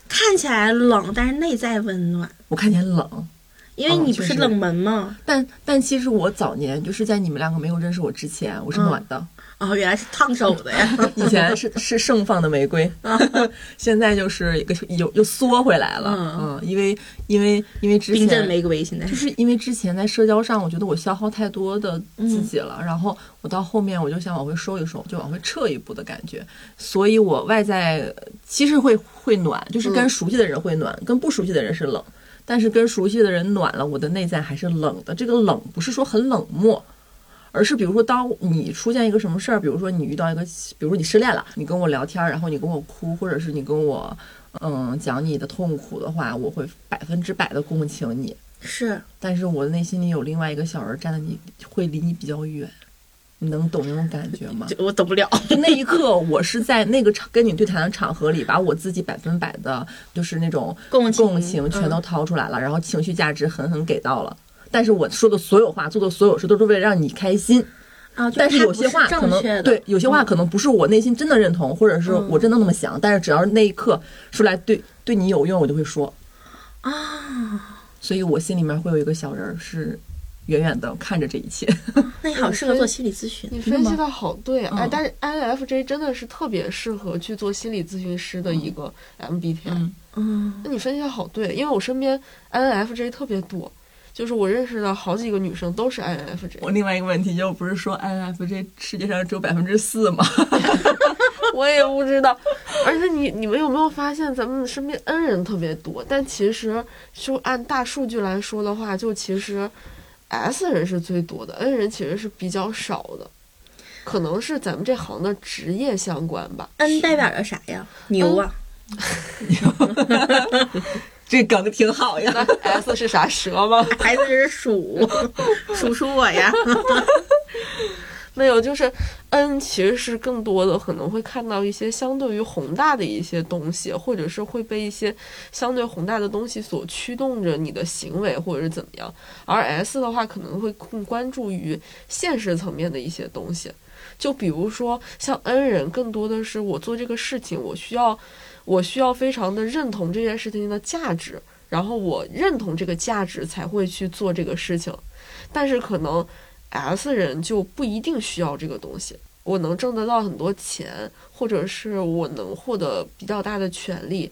Speaker 3: 看起来冷，但是内在温暖。
Speaker 1: 我看起来冷，
Speaker 3: 因为
Speaker 1: 哦
Speaker 3: 你不
Speaker 1: 就是是
Speaker 3: 冷门吗？
Speaker 1: 但但其实我早年就是在你们两个没有认识我之前，我是暖的。
Speaker 3: 哦，原来是烫手的呀。
Speaker 1: 以前是是盛放的玫瑰，
Speaker 3: 嗯
Speaker 1: (laughs) 现在就是一个又又缩回来了。
Speaker 3: 嗯
Speaker 1: 嗯，因为因为因为之
Speaker 3: (laughs) 冰镇
Speaker 1: 前
Speaker 3: 玫瑰现在
Speaker 1: 就是因为之前在社交上，我觉得我消耗太多的自己了，
Speaker 3: 嗯
Speaker 1: 然后我到后面我就想往回收一收，就往回撤一步的感觉。所以我外在呃其实会会暖，就是跟
Speaker 2: 嗯
Speaker 1: 熟悉的人会暖，跟不熟悉的人是冷。但是跟熟悉的人暖了，我的内在还是冷的。这个冷不是说很冷漠，而是比如说，当你出现一个什么事儿，比如说你遇到一个，比如说你失恋了，你跟我聊天儿，然后你跟我哭，或者是你跟我，嗯，讲你的痛苦的话，我会百分之百的共情你。
Speaker 3: 是
Speaker 1: 但是我内心里有另外一个小人站在你，会离你比较远，你能懂那种感觉吗？
Speaker 3: 我懂不了。
Speaker 1: (laughs) 就那一刻，我是在那个场跟你对谈的场合里，把我自己百分百的，就是那种
Speaker 3: (laughs) 共情嗯
Speaker 1: 共情嗯全都掏出来了，然后情绪价值狠狠给到了。但是我说的所有话，做的所有事，都是为了让你开心。
Speaker 3: 啊，就
Speaker 1: 但
Speaker 3: 是
Speaker 1: 有些话可
Speaker 3: 正
Speaker 1: 能
Speaker 3: 确的，
Speaker 1: 对，有些话可能不是我内心真的认同，或者是我真的那么想。但是只要是那一刻说来对对你有用，我就会说。
Speaker 3: 啊，
Speaker 1: 所以我心里面会有一个小人儿是远远的看着这一切。
Speaker 3: 那
Speaker 1: 嗯
Speaker 3: 你好适合做心理咨询。
Speaker 2: 你
Speaker 1: 真的
Speaker 2: 分
Speaker 1: 吗
Speaker 2: 析的好对啊，哎
Speaker 1: 嗯，
Speaker 2: 但是 INFJ 真的是特别适合去做心理咨询师的一个 MBTI。
Speaker 1: 嗯
Speaker 3: 嗯
Speaker 2: 那你分析的好对，因为我身边 INFJ 特别多，就是我认识的好几个女生都是 INFJ。
Speaker 1: 我另外一个问题就不是说 INFJ 世界上只有百分之四 (laughs) 吗？
Speaker 2: 我也不知道。而且你你们有没有发现，咱们身边 N 人特别多，但其实就按大数据来说的话，就其实 S 人是最多的，N 人其实是比较少的，可能是咱们这行的职业相关吧。
Speaker 3: ，N 代表着啥呀？牛啊！
Speaker 1: 这梗挺好呀。
Speaker 2: 那 (laughs) S 是啥蛇吗？
Speaker 1: 嗯
Speaker 3: 孩子是鼠，数数
Speaker 1: (laughs)
Speaker 3: 我呀。
Speaker 2: 没有，就是 N 其实是更多的可能会看到一些相对于宏大的一些东西，或者是会被一些相对宏大的东西所驱动着你的行为，或者是怎么样。而 S 的话，可能会更关注于现实层面的一些东西，就比如说像 N 人，更多的是我做这个事情，我需要我需要非常的认同这件事情的价值，然后我认同这个价值才会去做这个事情，但是可能。S 人就不一定需要这个东西。我能挣得到很多钱，或者是我能获得比较大的权利，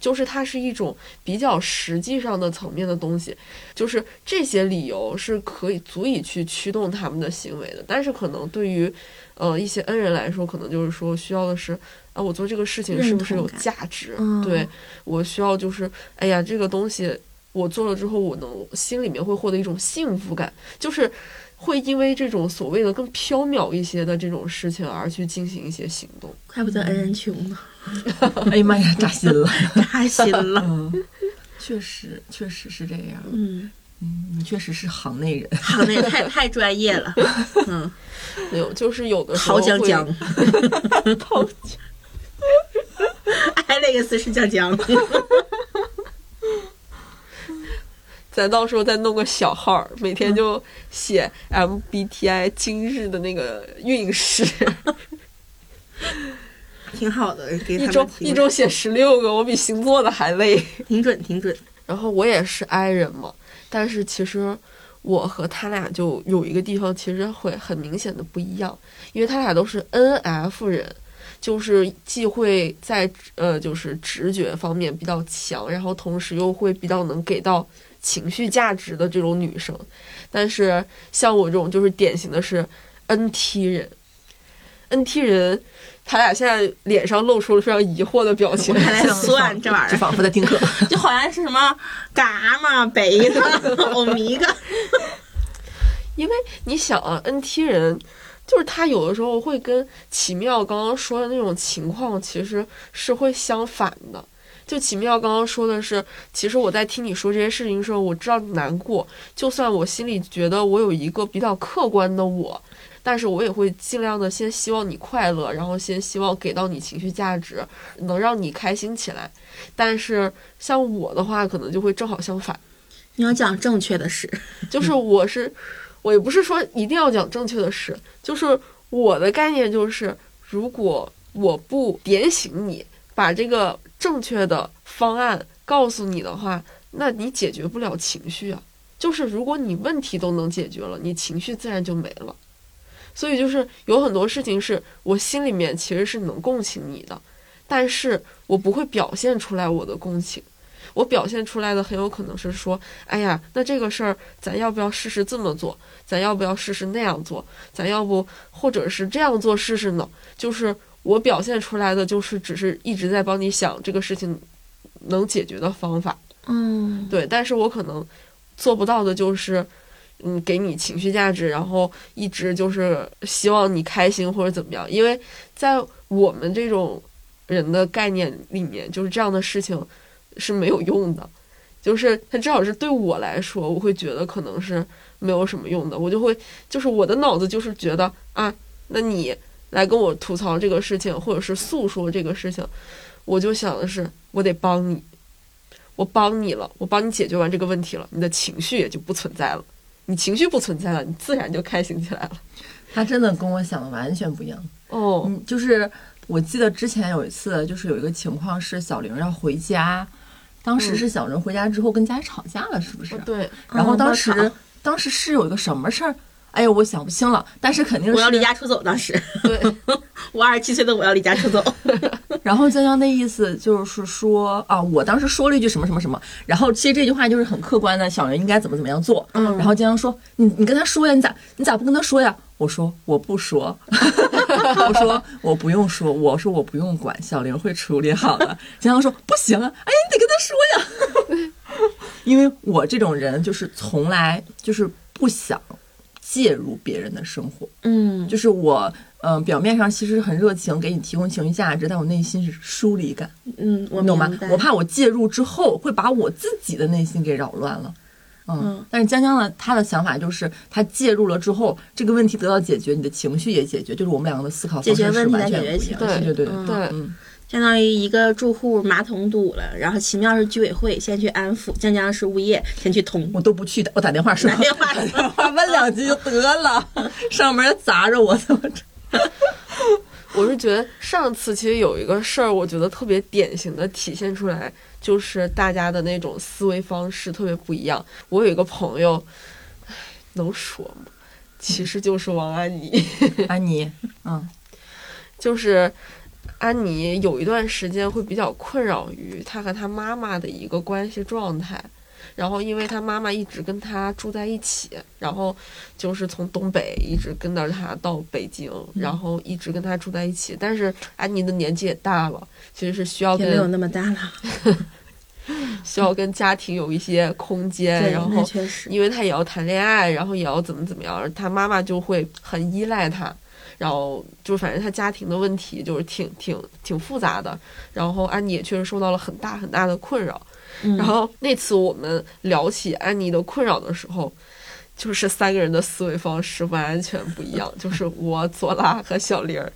Speaker 2: 就是它是一种比较实际上的层面的东西，就是这些理由是可以足以去驱动他们的行为的。但是可能对于，呃，一些恩人来说，可能就是说需要的是，啊，我做这个事情是不是有
Speaker 3: 认同感
Speaker 2: 价值？
Speaker 3: 嗯
Speaker 2: 对我需要就是，哎呀，这个东西我做了之后，我能心里面会获得一种幸福感，就是会因为这种所谓的更缥缈一些的这种事情而去进行一些行动。
Speaker 3: 怪不得
Speaker 1: 嗯
Speaker 3: N 人穷呢，
Speaker 1: (laughs)
Speaker 3: (laughs)
Speaker 1: 哎呀妈呀，扎心了。
Speaker 3: 扎
Speaker 1: (laughs)
Speaker 3: 心了。
Speaker 1: 嗯，确实，确实是这样。
Speaker 3: 嗯，
Speaker 1: 嗯，你确实是行内人。
Speaker 3: 行内太太专业了。嗯，
Speaker 2: 没有，就是有的时候
Speaker 3: 好讲
Speaker 2: 会
Speaker 3: 讲， (laughs)
Speaker 2: 好
Speaker 3: 爱哎那个词是讲讲。
Speaker 2: 咱到时候再弄个小号儿，每天
Speaker 3: 嗯
Speaker 2: 就写 MBTI 今日的那个运势，
Speaker 3: (laughs) 挺好的，给他
Speaker 2: 一
Speaker 3: 们
Speaker 2: 周
Speaker 3: 挺
Speaker 2: 一周写十六个，我比星座的还累。
Speaker 3: 挺准，挺准。
Speaker 2: 然后我也是 I 人嘛，但是其实我和他俩就有一个地方其实会很明显的不一样，因为他俩都是 NF 人，就是既会在呃就是直觉方面比较强，然后同时又会比较能给到情绪价值的这种女生，但是像我这种就是典型的是 NT 人，NT 人。他俩现在脸上露出了非常疑惑的表情，
Speaker 3: 还
Speaker 1: 哎 (laughs)
Speaker 3: 在
Speaker 2: (laughs)
Speaker 3: 算这玩意儿
Speaker 1: 就仿佛在 (laughs) 听课。
Speaker 3: (laughs) 就好像是什么伽马、贝 (laughs) 塔、欧米伽，
Speaker 2: 因为你想啊，NT 人就是他有的时候会跟奇妙刚刚说的那种情况，其实是会相反的。就奇妙刚刚说的是，其实我在听你说这些事情的时候，我知道你难过，就算我心里觉得我有一个比较客观的我，但是我也会尽量的先希望你快乐，然后先希望给到你情绪价值，能让你开心起来。但是像我的话，可能就会正好相反。
Speaker 3: 你要讲正确的事，
Speaker 2: 就是我是，我也不是说一定要讲正确的事，就是我的概念就是，如果我不点醒你，把这个正确的方案告诉你的话，那你解决不了情绪啊。就是如果你问题都能解决了，你情绪自然就没了。所以就是有很多事情是我心里面其实是能共情你的，但是我不会表现出来我的共情。我表现出来的很有可能是说，哎呀，那这个事儿咱要不要试试这么做？咱要不要试试那样做？咱要不或者是这样做试试呢？就是我表现出来的，就是只是一直在帮你想这个事情能解决的方法，
Speaker 3: 嗯，
Speaker 2: 对。但是我可能做不到的就是，嗯，给你情绪价值，然后一直就是希望你开心或者怎么样，因为在我们这种人的概念里面，就是这样的事情是没有用的。就是它至少是对我来说，我会觉得可能是没有什么用的，我就会就是我的脑子就是觉得啊，那你来跟我吐槽这个事情，或者是诉说这个事情，我就想的是我得帮你，我帮你了，我帮你解决完这个问题了，你的情绪也就不存在了，你情绪不存在了，你自然就开心起来了。
Speaker 1: 他真的跟我想的完全不一样。
Speaker 2: 哦，
Speaker 1: 嗯，就是我记得之前有一次，就是有一个情况是小玲要回家，当时是小玲回家之后跟家吵架了，是不是？
Speaker 2: 哦对，
Speaker 1: 然后
Speaker 3: 嗯
Speaker 1: 当
Speaker 3: 闹
Speaker 1: 时、
Speaker 3: 场
Speaker 1: 当时是有一个什么事儿，哎呀，我想不清了，但是肯定
Speaker 3: 我要离
Speaker 1: 是。
Speaker 3: 家出走，当时 (laughs)
Speaker 2: 对，
Speaker 3: 我二十七岁的我要离家出走，
Speaker 1: 然后江江那意思就是说啊，我当时说了一句什么什么什么，然后其实这句话就是很客观的，小玲应该怎么怎么样做。嗯，然后江江说你你跟他说呀，你咋你咋不跟他说呀？我说我不说， (laughs) 我说我不用说，我说我不用管，小玲会处理好的。江江说不行啊，哎呀，你得跟他说呀。 (laughs) 因为我这种人就是从来就是不想介入别人的生活，
Speaker 3: (laughs) 嗯，
Speaker 1: 就是我嗯、呃表面上其实很热情，给你提供情绪价值，但我内心是疏离感，
Speaker 3: 嗯，我
Speaker 1: 你懂吗
Speaker 3: 明白？
Speaker 1: 我怕我介入之后会把我自己的内心给扰乱了。嗯，
Speaker 3: 嗯
Speaker 1: 但是江江呢，他的想法就是，他介入了之后，这个问题得到解决，你的情绪也解决，就是我们两个的思考
Speaker 3: 解
Speaker 1: 方
Speaker 3: 决
Speaker 1: 式是
Speaker 3: 问题
Speaker 1: 完
Speaker 3: 再
Speaker 1: 全不
Speaker 3: 解决
Speaker 1: 一
Speaker 3: 情
Speaker 1: 样。
Speaker 3: 绪
Speaker 1: 对对对，
Speaker 3: 嗯
Speaker 2: 对，
Speaker 1: 嗯，
Speaker 3: 相当于一个住户马桶堵了，然后奇妙是居委会先去安抚，江江是物业先去通。
Speaker 1: 我都不去的，我打电话说，
Speaker 3: 打电话
Speaker 1: 打电话问两句就得了，上门砸着我怎么
Speaker 3: (laughs)
Speaker 1: 着？
Speaker 2: 我是觉得上次其实有一个事儿，我觉得特别典型的体现出来，就是大家的那种思维方式特别不一样。我有一个朋友，唉能说吗？其实就是王安妮，
Speaker 1: 安妮，嗯，
Speaker 2: 就是安妮有一段时间会比较困扰于她和她妈妈的一个关系状态。然后，因为她妈妈一直跟她住在一起，然后就是从东北一直跟着她到北京，
Speaker 3: 嗯
Speaker 2: 然后一直跟她住在一起。但是安妮的年纪也大了，其实是需要
Speaker 3: 也没有
Speaker 2: 跟
Speaker 3: 那么大了，
Speaker 2: 需要跟家庭有一些空间，
Speaker 3: 对，
Speaker 2: 然
Speaker 3: 那
Speaker 2: 后
Speaker 3: 确实，
Speaker 2: 因为她也要谈恋爱，然后也要怎么怎么样，她妈妈就会很依赖她，然后就反正她家庭的问题就是挺挺挺复杂的，然后安妮也确实受到了很大很大的困扰。
Speaker 3: 嗯
Speaker 2: 然后那次我们聊起安妮的困扰的时候，就是三个人的思维方式完全不一样，就是 (laughs) 我、左拉和小玲儿。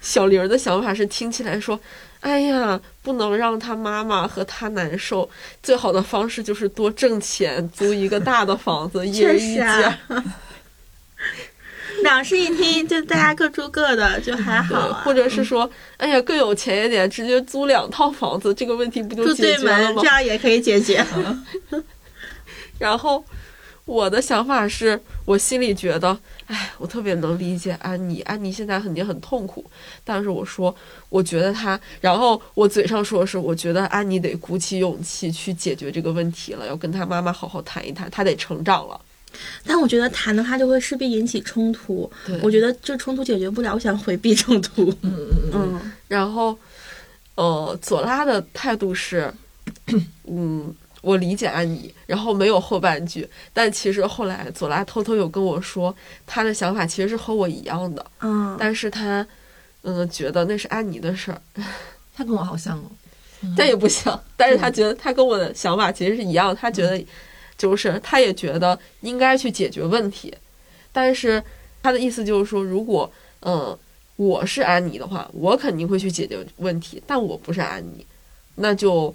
Speaker 2: 小玲儿的想法是听起来说，哎呀，不能让她妈妈和她难受，最好的方式就是多挣钱，租一个大的房子，一
Speaker 3: (laughs)
Speaker 2: 人
Speaker 3: 确
Speaker 2: 一
Speaker 3: 实
Speaker 2: 间。
Speaker 3: 啊， (laughs) 两室一厅，就大家各住各的，就还好
Speaker 2: 对，
Speaker 3: 啊。
Speaker 2: 或者是说，哎呀，更有钱一点，直接租两套房子，这个问题不就
Speaker 3: 住
Speaker 2: 解
Speaker 3: 对
Speaker 2: 决了
Speaker 3: 门，
Speaker 2: 吗
Speaker 3: 这？样也可以解决。 (laughs)
Speaker 2: 然后我的想法是，我心里觉得，哎，我特别能理解安妮，安妮现在肯定很痛苦。但是我说，我觉得她，然后我嘴上说的是，我觉得安妮得鼓起勇气去解决这个问题了，要跟她妈妈好好谈一谈，她得成长了。
Speaker 3: 但我觉得谈的话就会势必引起冲突
Speaker 2: 对，
Speaker 3: 我觉得这冲突解决不了，我想回避冲突。嗯嗯
Speaker 2: 然后，呃，左拉的态度是， (clears throat) 嗯，我理解安妮，然后没有后半句。但其实后来左拉偷偷有跟我说，他的想法其实是和我一样的。
Speaker 3: 嗯
Speaker 2: 但是他，嗯，觉得那是安妮的事儿，
Speaker 1: 他跟我好像哦，
Speaker 2: 但也不像。但是他觉得他跟我的想法其实是一样，他觉得就是他也觉得应该去解决问题，但是他的意思就是说，如果嗯我是安妮的话，我肯定会去解决问题，但我不是安妮，那就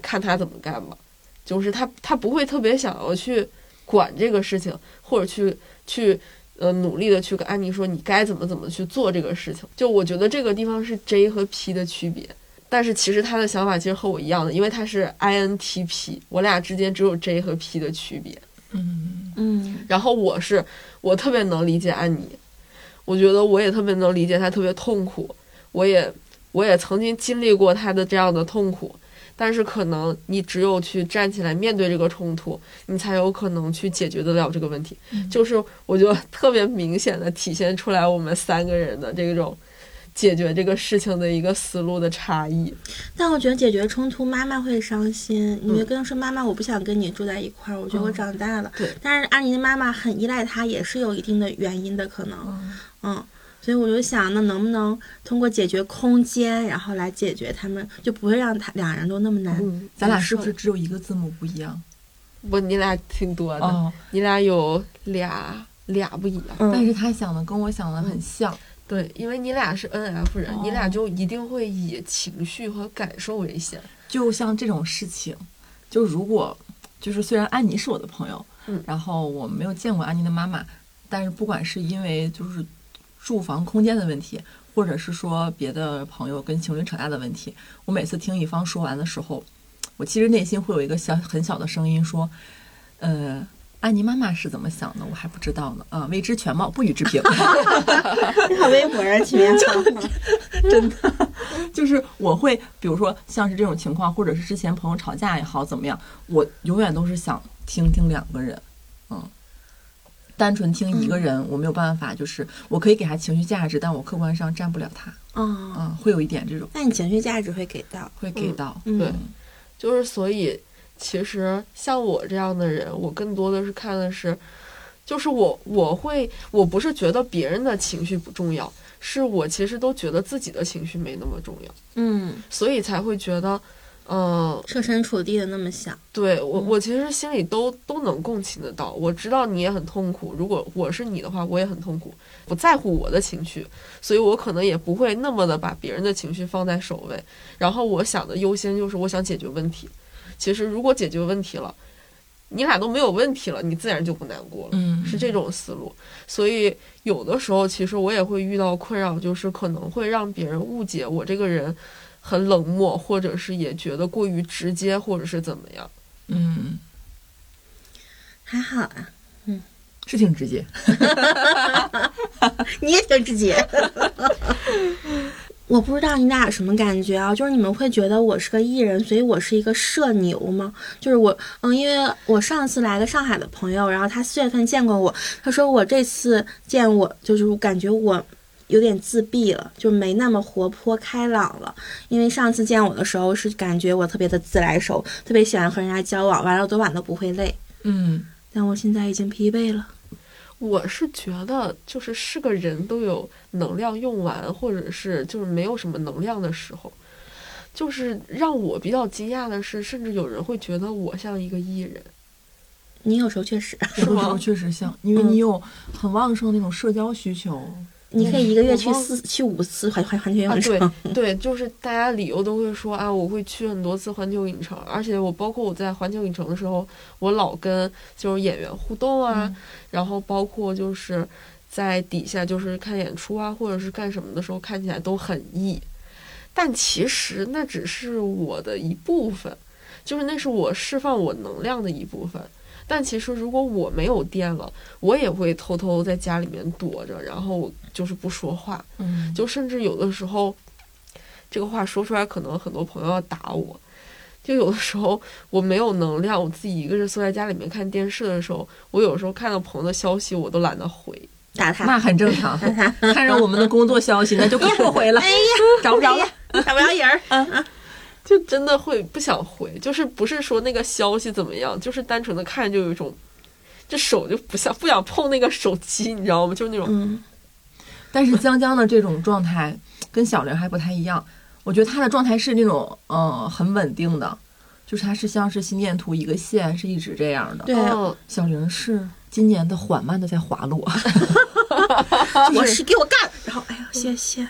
Speaker 2: 看他怎么干吧。就是他他不会特别想要去管这个事情，或者去去呃努力的去跟安妮说你该怎么怎么去做这个事情。就我觉得这个地方是 J 和 P 的区别，但是其实他的想法其实和我一样的，因为他是 INTP，我俩之间只有 J 和 P 的区别。
Speaker 3: 嗯，
Speaker 2: 然后我是我特别能理解安妮，我觉得我也特别能理解她特别痛苦，我也我也曾经经历过她的这样的痛苦，但是可能你只有去站起来面对这个冲突，你才有可能去解决得了这个问题。
Speaker 1: 嗯
Speaker 2: 就是 (laughs) 我觉得特别明显的体现出来我们三个人的这种解决这个事情的一个思路的差异。
Speaker 3: 但我觉得解决冲突，妈妈会伤心。你就跟她说：“妈妈，我不想跟你住在一块儿，我觉得我长大了。
Speaker 2: 对
Speaker 3: 但是安妮的妈妈很依赖她，也是有一定的原因的，可能。嗯，所以我就想，那能不能通过解决空间，然后来解决他们，就不会让他两人都那么难。
Speaker 2: 嗯，
Speaker 1: 咱俩是不是只有一个字母不一样？
Speaker 2: 不，你俩挺多
Speaker 3: 嗯
Speaker 2: 的，
Speaker 1: 哦，
Speaker 2: 你俩有俩俩不一样。
Speaker 1: 但
Speaker 3: 嗯， (laughs)
Speaker 1: 是他想的跟我想的很像。
Speaker 2: 对，因为你俩是 N F 人，
Speaker 1: 哦
Speaker 2: 你俩就一定会以情绪和感受为先。
Speaker 1: 就像这种事情，就如果就是虽然安妮是我的朋友，
Speaker 2: 嗯
Speaker 1: 然后我没有见过安妮的妈妈，但是不管是因为就是住房空间的问题，或者是说别的朋友跟情侣吵架的问题，我每次听乙方说完的时候，我其实内心会有一个小很小的声音说，呃。安妮妈妈是怎么想的，我还不知道呢。啊，未知全貌，不予置评。
Speaker 3: 你好微博啊，前面
Speaker 1: (laughs) 就是我会，比如说像是这种情况，或者是之前朋友吵架也好，怎么样，我永远都是想听听两个人，嗯，单纯听一个人，我没有办法，就是我可以给他情绪价值，但我客观上占不了他，
Speaker 3: 哦，
Speaker 1: 嗯，会有一点这种
Speaker 3: 那你情绪价值会给到？
Speaker 1: 会给到，
Speaker 3: 嗯
Speaker 2: 对，就是所以，其实像我这样的人，我更多的是看的是，就是我我会我不是觉得别人的情绪不重要，是我其实都觉得自己的情绪没那么重要，
Speaker 3: 嗯，
Speaker 2: 所以才会觉得，嗯、
Speaker 3: 设身处地的那么想。
Speaker 2: 对我，我其实心里都都能共情得到。我知道你也很痛苦，如果我是你的话，我也很痛苦。不在乎我的情绪，所以我可能也不会那么的把别人的情绪放在首位。然后我想的优先就是我想解决问题。其实如果解决问题了，你俩都没有问题了，你自然就不难过了。
Speaker 1: 嗯，
Speaker 2: 是这种思路。所以有的时候，其实我也会遇到困扰，就是可能会让别人误解我这个人很冷漠，或者是也觉得过于直接，或者是怎么样。
Speaker 1: 嗯，
Speaker 3: 还好啊，
Speaker 1: 是挺直接，
Speaker 3: 你也挺直接。 (laughs) 我不知道你俩有什么感觉啊？就是你们会觉得我是个艺人，所以我是一个社牛吗？就是我，嗯，因为我上次来个上海的朋友，然后他四月份见过我，他说我这次见我，就是我感觉我有点自闭了，就没那么活泼开朗了。因为上次见我的时候是感觉我特别的自来熟，特别喜欢和人家交往，玩到多晚都不会累。
Speaker 1: 嗯，
Speaker 3: 但我现在已经疲惫了。
Speaker 2: 我是觉得，就是是个人都有能量用完，或者是就是没有什么能量的时候。就是让我比较惊讶的是，甚至有人会觉得我像一个艺人，
Speaker 3: 你有时候确实，
Speaker 1: 有的时候
Speaker 2: 吗
Speaker 1: 确实像，因为你有很旺盛那种社交需求，
Speaker 3: 你可以一个月去
Speaker 2: 我忘
Speaker 3: 四去五次环环环球
Speaker 2: 啊，
Speaker 3: 影城。
Speaker 2: 对对，就是大家理由都会说啊，我会去很多次环球影城，而且我包括我在环球影城的时候，我老跟就是演员互动啊，然后包括就是在底下就是看演出啊，或者是干什么的时候，看起来都很 E，但其实那只是我的一部分，就是那是我释放我能量的一部分。但其实，如果我没有电了，我也会偷偷在家里面躲着，然后我就是不说话。
Speaker 1: 嗯，
Speaker 2: 就甚至有的时候，这个话说出来，可能很多朋友要打我。就有的时候我没有能量，我自己一个人坐在家里面看电视的时候，我有时候看到朋友的消息，我都懒得回。
Speaker 3: (laughs) 打他，
Speaker 1: 那很正常。看着我们的工作消息，那就更不回了，找不着了。
Speaker 3: (laughs) 打不着人儿。
Speaker 2: 就真的会不想回，就是不是说那个消息怎么样，就是单纯的看就有一种，这手就不想不想碰那个手机，你知道吗？就是那种
Speaker 3: 嗯，
Speaker 1: 但是江江的这种状态跟小玲还不太一样，我觉得她的状态是那种嗯、呃很稳定的，就是她是像是心电图一个线是一直这样的。
Speaker 3: 对，
Speaker 2: 嗯，
Speaker 1: 小玲是今年的缓慢的在滑落， (laughs)
Speaker 3: 我是给我干。然后，哎呀，谢谢。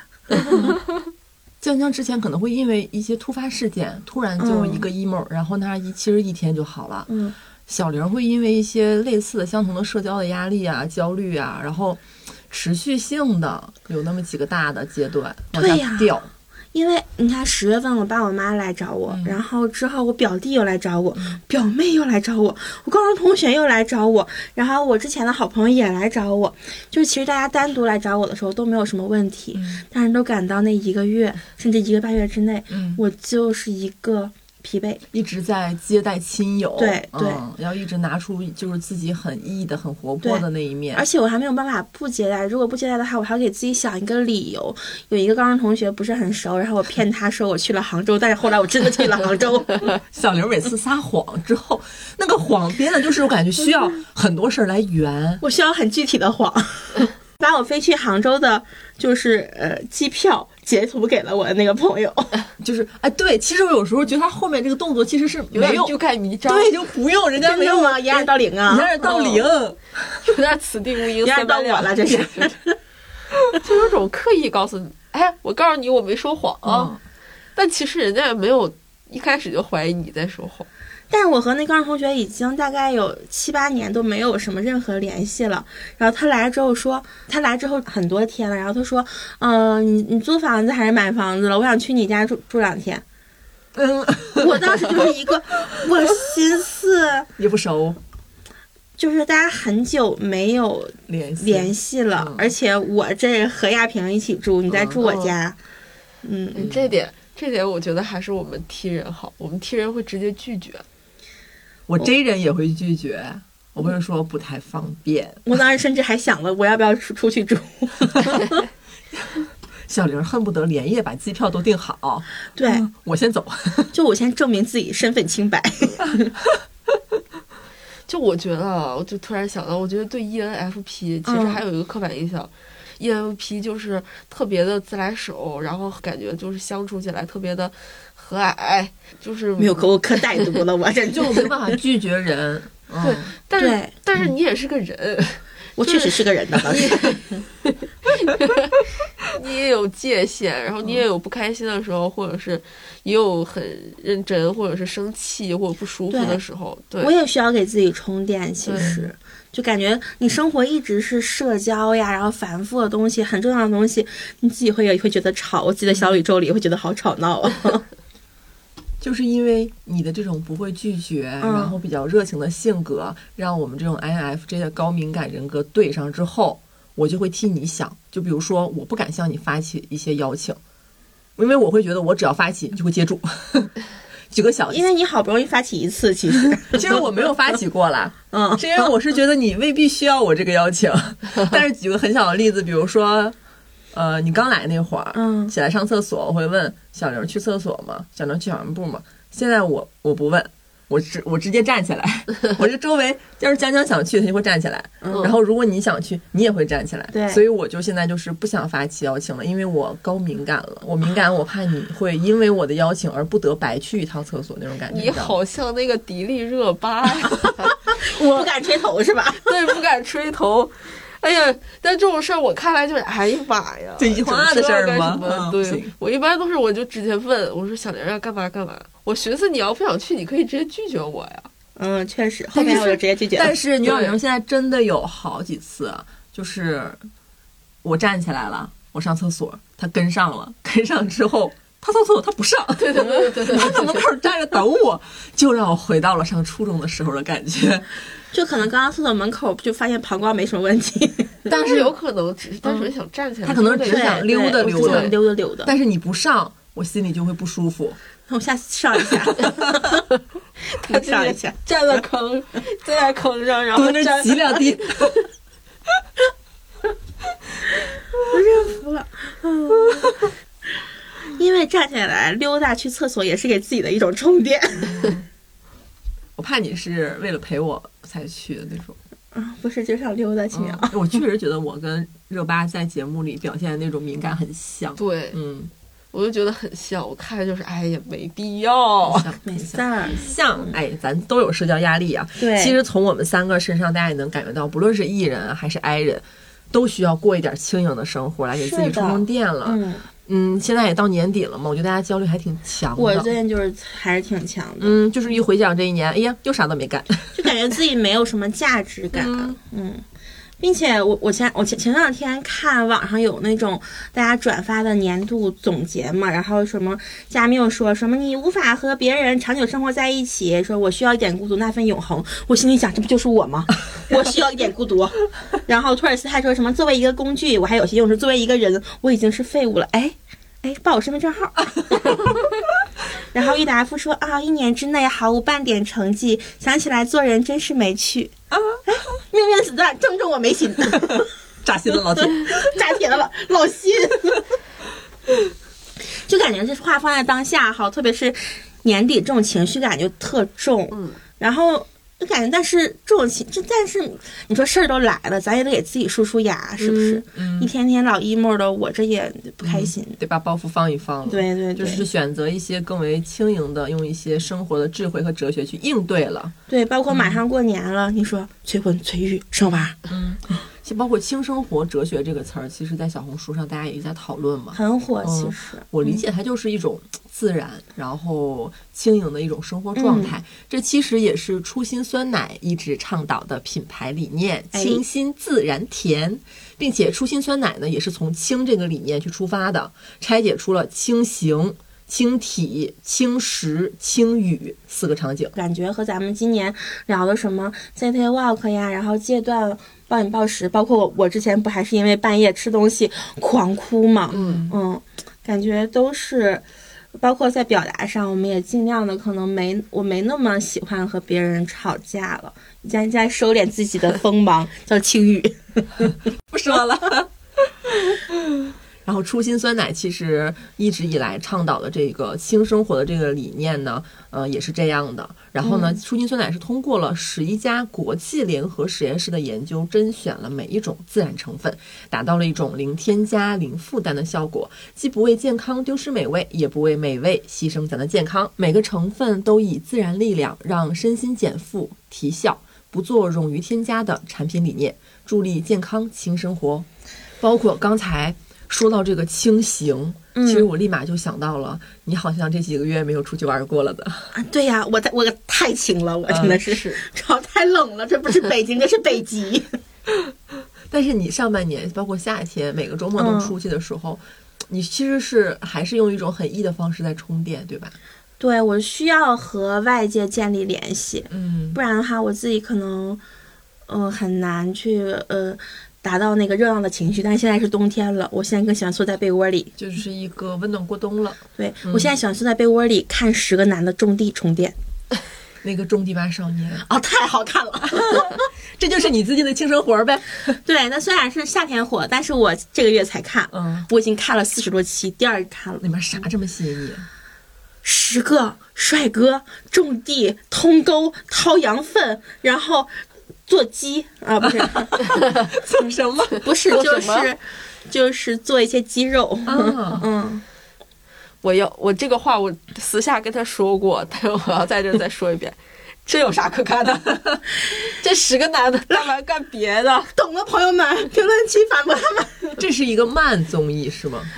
Speaker 1: 江江之前可能会因为一些突发事件突然就一个 emo，、然后她一其实一天就好了。
Speaker 3: 嗯，
Speaker 1: 小玲会因为一些类似的、相同的社交的压力啊、焦虑啊，然后持续性的有那么几个大的阶段往
Speaker 3: 对呀
Speaker 1: 下掉。
Speaker 3: 因为你看十月份我爸我妈来找我，然后之后我表弟又来找我，表妹又来找我，我高中同学又来找我，然后我之前的好朋友也来找我。就是其实大家单独来找我的时候都没有什么问题，
Speaker 1: 嗯
Speaker 3: 但是都感到那一个月甚至一个半月之内，
Speaker 1: 嗯
Speaker 3: 我就是一个疲惫。
Speaker 1: 一直在接待亲友，
Speaker 3: 对对
Speaker 1: 嗯，要一直拿出就是自己很 E 的、很活泼
Speaker 3: 对
Speaker 1: 的那一面
Speaker 3: 而。且我还没有办法不接待，如果不接待的话，我还要给自己想一个理由。有一个高中同学不是很熟，然后我骗他说我去了杭州，但是后来我真的去了杭州。
Speaker 1: (laughs)
Speaker 3: (laughs)
Speaker 1: 小刘每次撒谎之后，那个谎编的就是我感觉需要很多事儿来圆。
Speaker 3: 我需要很具体的谎， (laughs) 把我飞去杭州的，就是呃机票截图给了我的那个朋友。
Speaker 1: 就是哎，对，其实我有时候觉得他后面这个动作其实是
Speaker 2: 有
Speaker 1: 没
Speaker 2: 点
Speaker 1: 有
Speaker 2: 欲盖弥彰，
Speaker 1: 对，就不用人家没有
Speaker 3: 真的吗掩耳盗铃啊
Speaker 1: 掩耳盗铃，
Speaker 2: (laughs) 有点此地无银
Speaker 3: 有点
Speaker 2: 三百
Speaker 3: 到我
Speaker 2: 两
Speaker 3: 了，这是。
Speaker 2: (laughs) 就有种刻意告诉你，哎，我告诉你我没说谎，
Speaker 1: 嗯
Speaker 2: 但其实人家也没有一开始就怀疑你在说谎。
Speaker 3: 但是我和那高中同学已经大概有七八年都没有什么任何联系了。然后他来之后说，他来之后很多天了，然后他说，嗯、你你租房子还是买房子了？我想去你家住住两天。
Speaker 1: 嗯，
Speaker 3: 我当时就是一个，我心思
Speaker 1: 也不熟
Speaker 3: 就是大家很久没有
Speaker 1: 联系
Speaker 3: 联系了，
Speaker 1: 嗯
Speaker 3: 而且我这和亚萍一起住，你在住我家，嗯，
Speaker 2: 嗯，这点这点我觉得还是我们 T 人好，我们 T 人会直接拒绝。
Speaker 1: 我 J 人也会拒绝，我会说不太方便。
Speaker 3: 我当时甚至还想了，我要不要出出去住？
Speaker 1: 小玲恨不得连夜把机票都订好，
Speaker 3: 对，
Speaker 1: 嗯我先走。
Speaker 3: 就我先证明自己身份清白。
Speaker 2: 就我觉得，啊，我就突然想到，我觉得对 E ENFP 其实还有一个刻板印象、e n f p 就是特别的自来熟，然后感觉就是相处起来特别的和蔼，就是
Speaker 1: 嗯
Speaker 3: 没有，可我可歹毒了，我真
Speaker 1: 就我没办法拒绝 (laughs) 人。
Speaker 2: 对
Speaker 1: 嗯，
Speaker 2: 但是
Speaker 3: 对嗯
Speaker 2: 但是你也是个人，
Speaker 3: 我确实是个人的，当时
Speaker 2: 你也有界限，然后你也有不开心的时候，或者是也有很认真，或者是生气或者不舒服
Speaker 3: 对
Speaker 2: 的时候，对
Speaker 3: 我也需要给自己充电。其实，就感觉你生活一直是社交呀，然后繁复的东西，很重要的东西，你自己会也会觉得吵。我自己的小宇宙里会觉得好吵闹啊。
Speaker 1: 就是因为你的这种不会拒绝，
Speaker 3: 嗯
Speaker 1: 然后比较热情的性格，让我们这种 INFJ 的高敏感人格对上之后，我就会替你想。就比如说，我不敢向你发起一些邀请，因为我会觉得我只要发起你就会接住。 (laughs) 举个小，
Speaker 3: 因为你好不容易发起一次，
Speaker 1: (laughs)
Speaker 3: 其实，
Speaker 1: 其实我没有发起过啦，
Speaker 3: 嗯，
Speaker 1: 是因为我是觉得你未必需要我这个邀请。 (laughs) 但是举个很小的例子，比如说，呃，你刚来那会儿，
Speaker 3: 嗯
Speaker 1: 起来上厕所，我会问小刘去厕所吗？小刘去小卖部吗？现在我我不问，我直我直接站起
Speaker 3: (laughs)
Speaker 1: 来。我这周围要是江江想去，他就会站起来。
Speaker 3: 嗯
Speaker 1: 然后如果你想去，你也会站起来。
Speaker 3: 对
Speaker 1: 所以我就现在就是不想发起邀请了，因为我高敏感了。我敏感，我怕你会因为我的邀请而不得白去一趟厕所那种感觉。
Speaker 2: 你
Speaker 1: 知道吗
Speaker 2: 好像那个迪丽热巴呀，
Speaker 3: 不敢吹头是吧？
Speaker 2: 对，不敢吹头。哎呀，但这种事儿我看来就是，哎呀妈呀，
Speaker 1: 这一句话的事儿
Speaker 2: 整这
Speaker 1: 吗
Speaker 2: 干什
Speaker 1: 嗯
Speaker 2: 么对
Speaker 1: 行
Speaker 2: 我一般都是，我就直接问，我说小玲要干嘛干嘛。我寻思你要不想去，你可以直接拒绝我呀。
Speaker 3: 嗯，确实，后面我就直接拒绝了
Speaker 1: 但。是女小玲
Speaker 2: 对
Speaker 1: 现在真的有好几次，啊就是我站起来了，我上厕所，她跟上了，跟上之后。她上厕所她不上，对对对 (laughs) 对对，她在门口站着等我，就让我回到了上初中的时候的感觉。
Speaker 3: 就可能刚刚厕所门口就发现膀胱没什么问题，
Speaker 2: 但是有可能只是单纯想站起来，
Speaker 1: 他可能只
Speaker 2: 对
Speaker 1: 想溜达
Speaker 3: 对
Speaker 1: 溜达
Speaker 3: 我就想溜达溜达。
Speaker 1: 但是你不上，我心里就会不舒服。
Speaker 3: 那我下次上一
Speaker 1: (laughs)
Speaker 3: 下，
Speaker 2: 他
Speaker 3: 我上一下。
Speaker 2: 站在坑，站在坑上，然后
Speaker 1: 蹲着
Speaker 2: 站
Speaker 1: 挤两滴，
Speaker 3: 因为站起来溜达去厕所也是给自己的一种充电。
Speaker 1: (laughs) 我怕你是为了陪我才去的那种。
Speaker 3: 啊，不是，就想溜达去啊。
Speaker 1: 嗯我确实觉得我跟热巴在节目里表现的那种敏感很像。
Speaker 2: 对，
Speaker 1: 嗯，
Speaker 2: 我就觉得很像。我看着就是，哎呀，没必要。
Speaker 1: 像
Speaker 3: 没事儿，
Speaker 1: 像，哎，咱都有社交压力啊。
Speaker 3: 对
Speaker 1: 其实从我们三个身上，大家也能感觉到，不论是 E 人啊还是 I 人，都需要过一点轻盈的生活来给自己
Speaker 3: 是的
Speaker 1: 充充电了。
Speaker 3: 嗯，
Speaker 1: 嗯现在也到年底了嘛，我觉得大家焦虑还挺强
Speaker 3: 我
Speaker 1: 的。
Speaker 3: 最近就是还是挺强的，
Speaker 1: 嗯，就是一回想这一年，哎呀，又啥都没干。
Speaker 3: 就感觉自己没有什么价值感。
Speaker 1: 嗯
Speaker 3: 嗯。并且我我前我前前两天看网上有那种大家转发的年度总结嘛，然后什么加缪说什么你无法和别人长久生活在一起，说我需要一点孤独那份永恒。我心里想这不就是我吗？我需要一点孤独。 (laughs) 然后托尔斯泰说什么作为一个工具我还有些用处，作为一个人我已经是废物了。哎哎，报我身份证号。然后郁达夫说啊，一年之内毫无半点成绩，想起来做人真是没趣啊！哎命运子弹正中我眉心， (laughs)
Speaker 1: 扎心了，老铁。
Speaker 3: 扎铁了吧，老心。 (laughs) 就感觉这话放在当下哈，特别是年底这种情绪感就特重。
Speaker 2: 嗯
Speaker 3: 然后就感觉，但是这种情，这但是你说事儿都来了，咱也得给自己舒舒牙，是不是？一天天老 emo 的，我这也不开心。
Speaker 1: 得把包袱放一放了。
Speaker 3: 对对对，
Speaker 1: 嗯就是选择一些更为轻盈的，用一些生活的智慧和哲学去应对了。
Speaker 3: 对，包括马上过年了，你说催婚催育生娃
Speaker 1: 嗯其实包括轻生活哲学这个词儿，其实在小红书上大家也一直在讨论嘛。
Speaker 3: 很火，
Speaker 1: 嗯
Speaker 3: 其实。
Speaker 1: 我理解它就是一种自然，然后轻盈的一种生活状态。这其实也是初心酸奶一直倡导的品牌理念：
Speaker 3: 哎
Speaker 1: 清新自然甜。并且初心酸奶呢，也是从“轻”这个理念去出发的，拆解出了轻型、轻体、轻食、轻语四个场景。
Speaker 3: 感觉和咱们今年聊的什么 City Walk 呀，然后戒断暴饮暴食，包括我我之前不还是因为半夜吃东西狂哭嘛，
Speaker 1: 嗯
Speaker 3: 嗯，感觉都是，包括在表达上，我们也尽量的可能没我没那么喜欢和别人吵架了，现在收敛自己 (laughs) 的锋芒，叫轻语。
Speaker 1: 不说了。然后初心酸奶其实一直以来倡导的这个轻生活的这个理念呢，呃，也是这样的。然后呢，初心酸奶是通过了十一家国际联合实验室的研究，甄选了每一种自然成分，达到了一种零添加、零负担的效果，既不为健康丢失美味，也不为美味牺牲咱的健康。每个成分都以自然力量让身心减负提效，不做冗余添加的产品理念，助力健康轻生活。包括刚才说到这个轻型，其实我立马就想到了，你好像这几个月没有出去玩过了的。
Speaker 3: 啊对呀、我太我太轻了，我真的嗯是，
Speaker 2: 是
Speaker 3: 主要太冷了，这不是北京，这是北极。
Speaker 1: 但是你上半年，包括夏天，每个周末都出去的时候，
Speaker 3: 嗯
Speaker 1: 你其实是还是用一种很易的方式在充电，对吧？
Speaker 3: 对我需要和外界建立联系，
Speaker 1: 嗯，
Speaker 3: 不然的话，我自己可能，呃，很难去呃达到那个热浪的情绪。但是现在是冬天了，我现在更喜欢缩在被窝里。
Speaker 1: 就是一个温暖过冬了。
Speaker 3: 对、我现在喜欢缩在被窝里看十个男的种地充电。
Speaker 1: 那个种地吧少年，
Speaker 3: 啊、太好看了！
Speaker 1: 这就是你最近的轻生活呗。
Speaker 3: (laughs) 对，那虽然是夏天火，但是我这个月才看，
Speaker 1: 嗯，
Speaker 3: 我已经看了四十多期，第二看了
Speaker 1: 里面啥这么啊吸引你？
Speaker 3: 十个帅哥种地、通沟、掏羊粪，然后做鸡啊， (laughs) 不是
Speaker 1: 做什么？
Speaker 3: 不是，
Speaker 2: 做
Speaker 3: 就
Speaker 2: 什么
Speaker 3: 是就是做一些鸡肉。
Speaker 1: 啊，
Speaker 3: 嗯，
Speaker 2: 我要我这个话我私下跟他说过，但是我要在这儿再说一
Speaker 1: (laughs)
Speaker 2: 遍，这有啥可看的？这十个男的干嘛干别的？
Speaker 3: 懂了，朋友们，评论区反驳他们。
Speaker 1: (laughs) 这是一个慢综艺是吗？
Speaker 3: (laughs)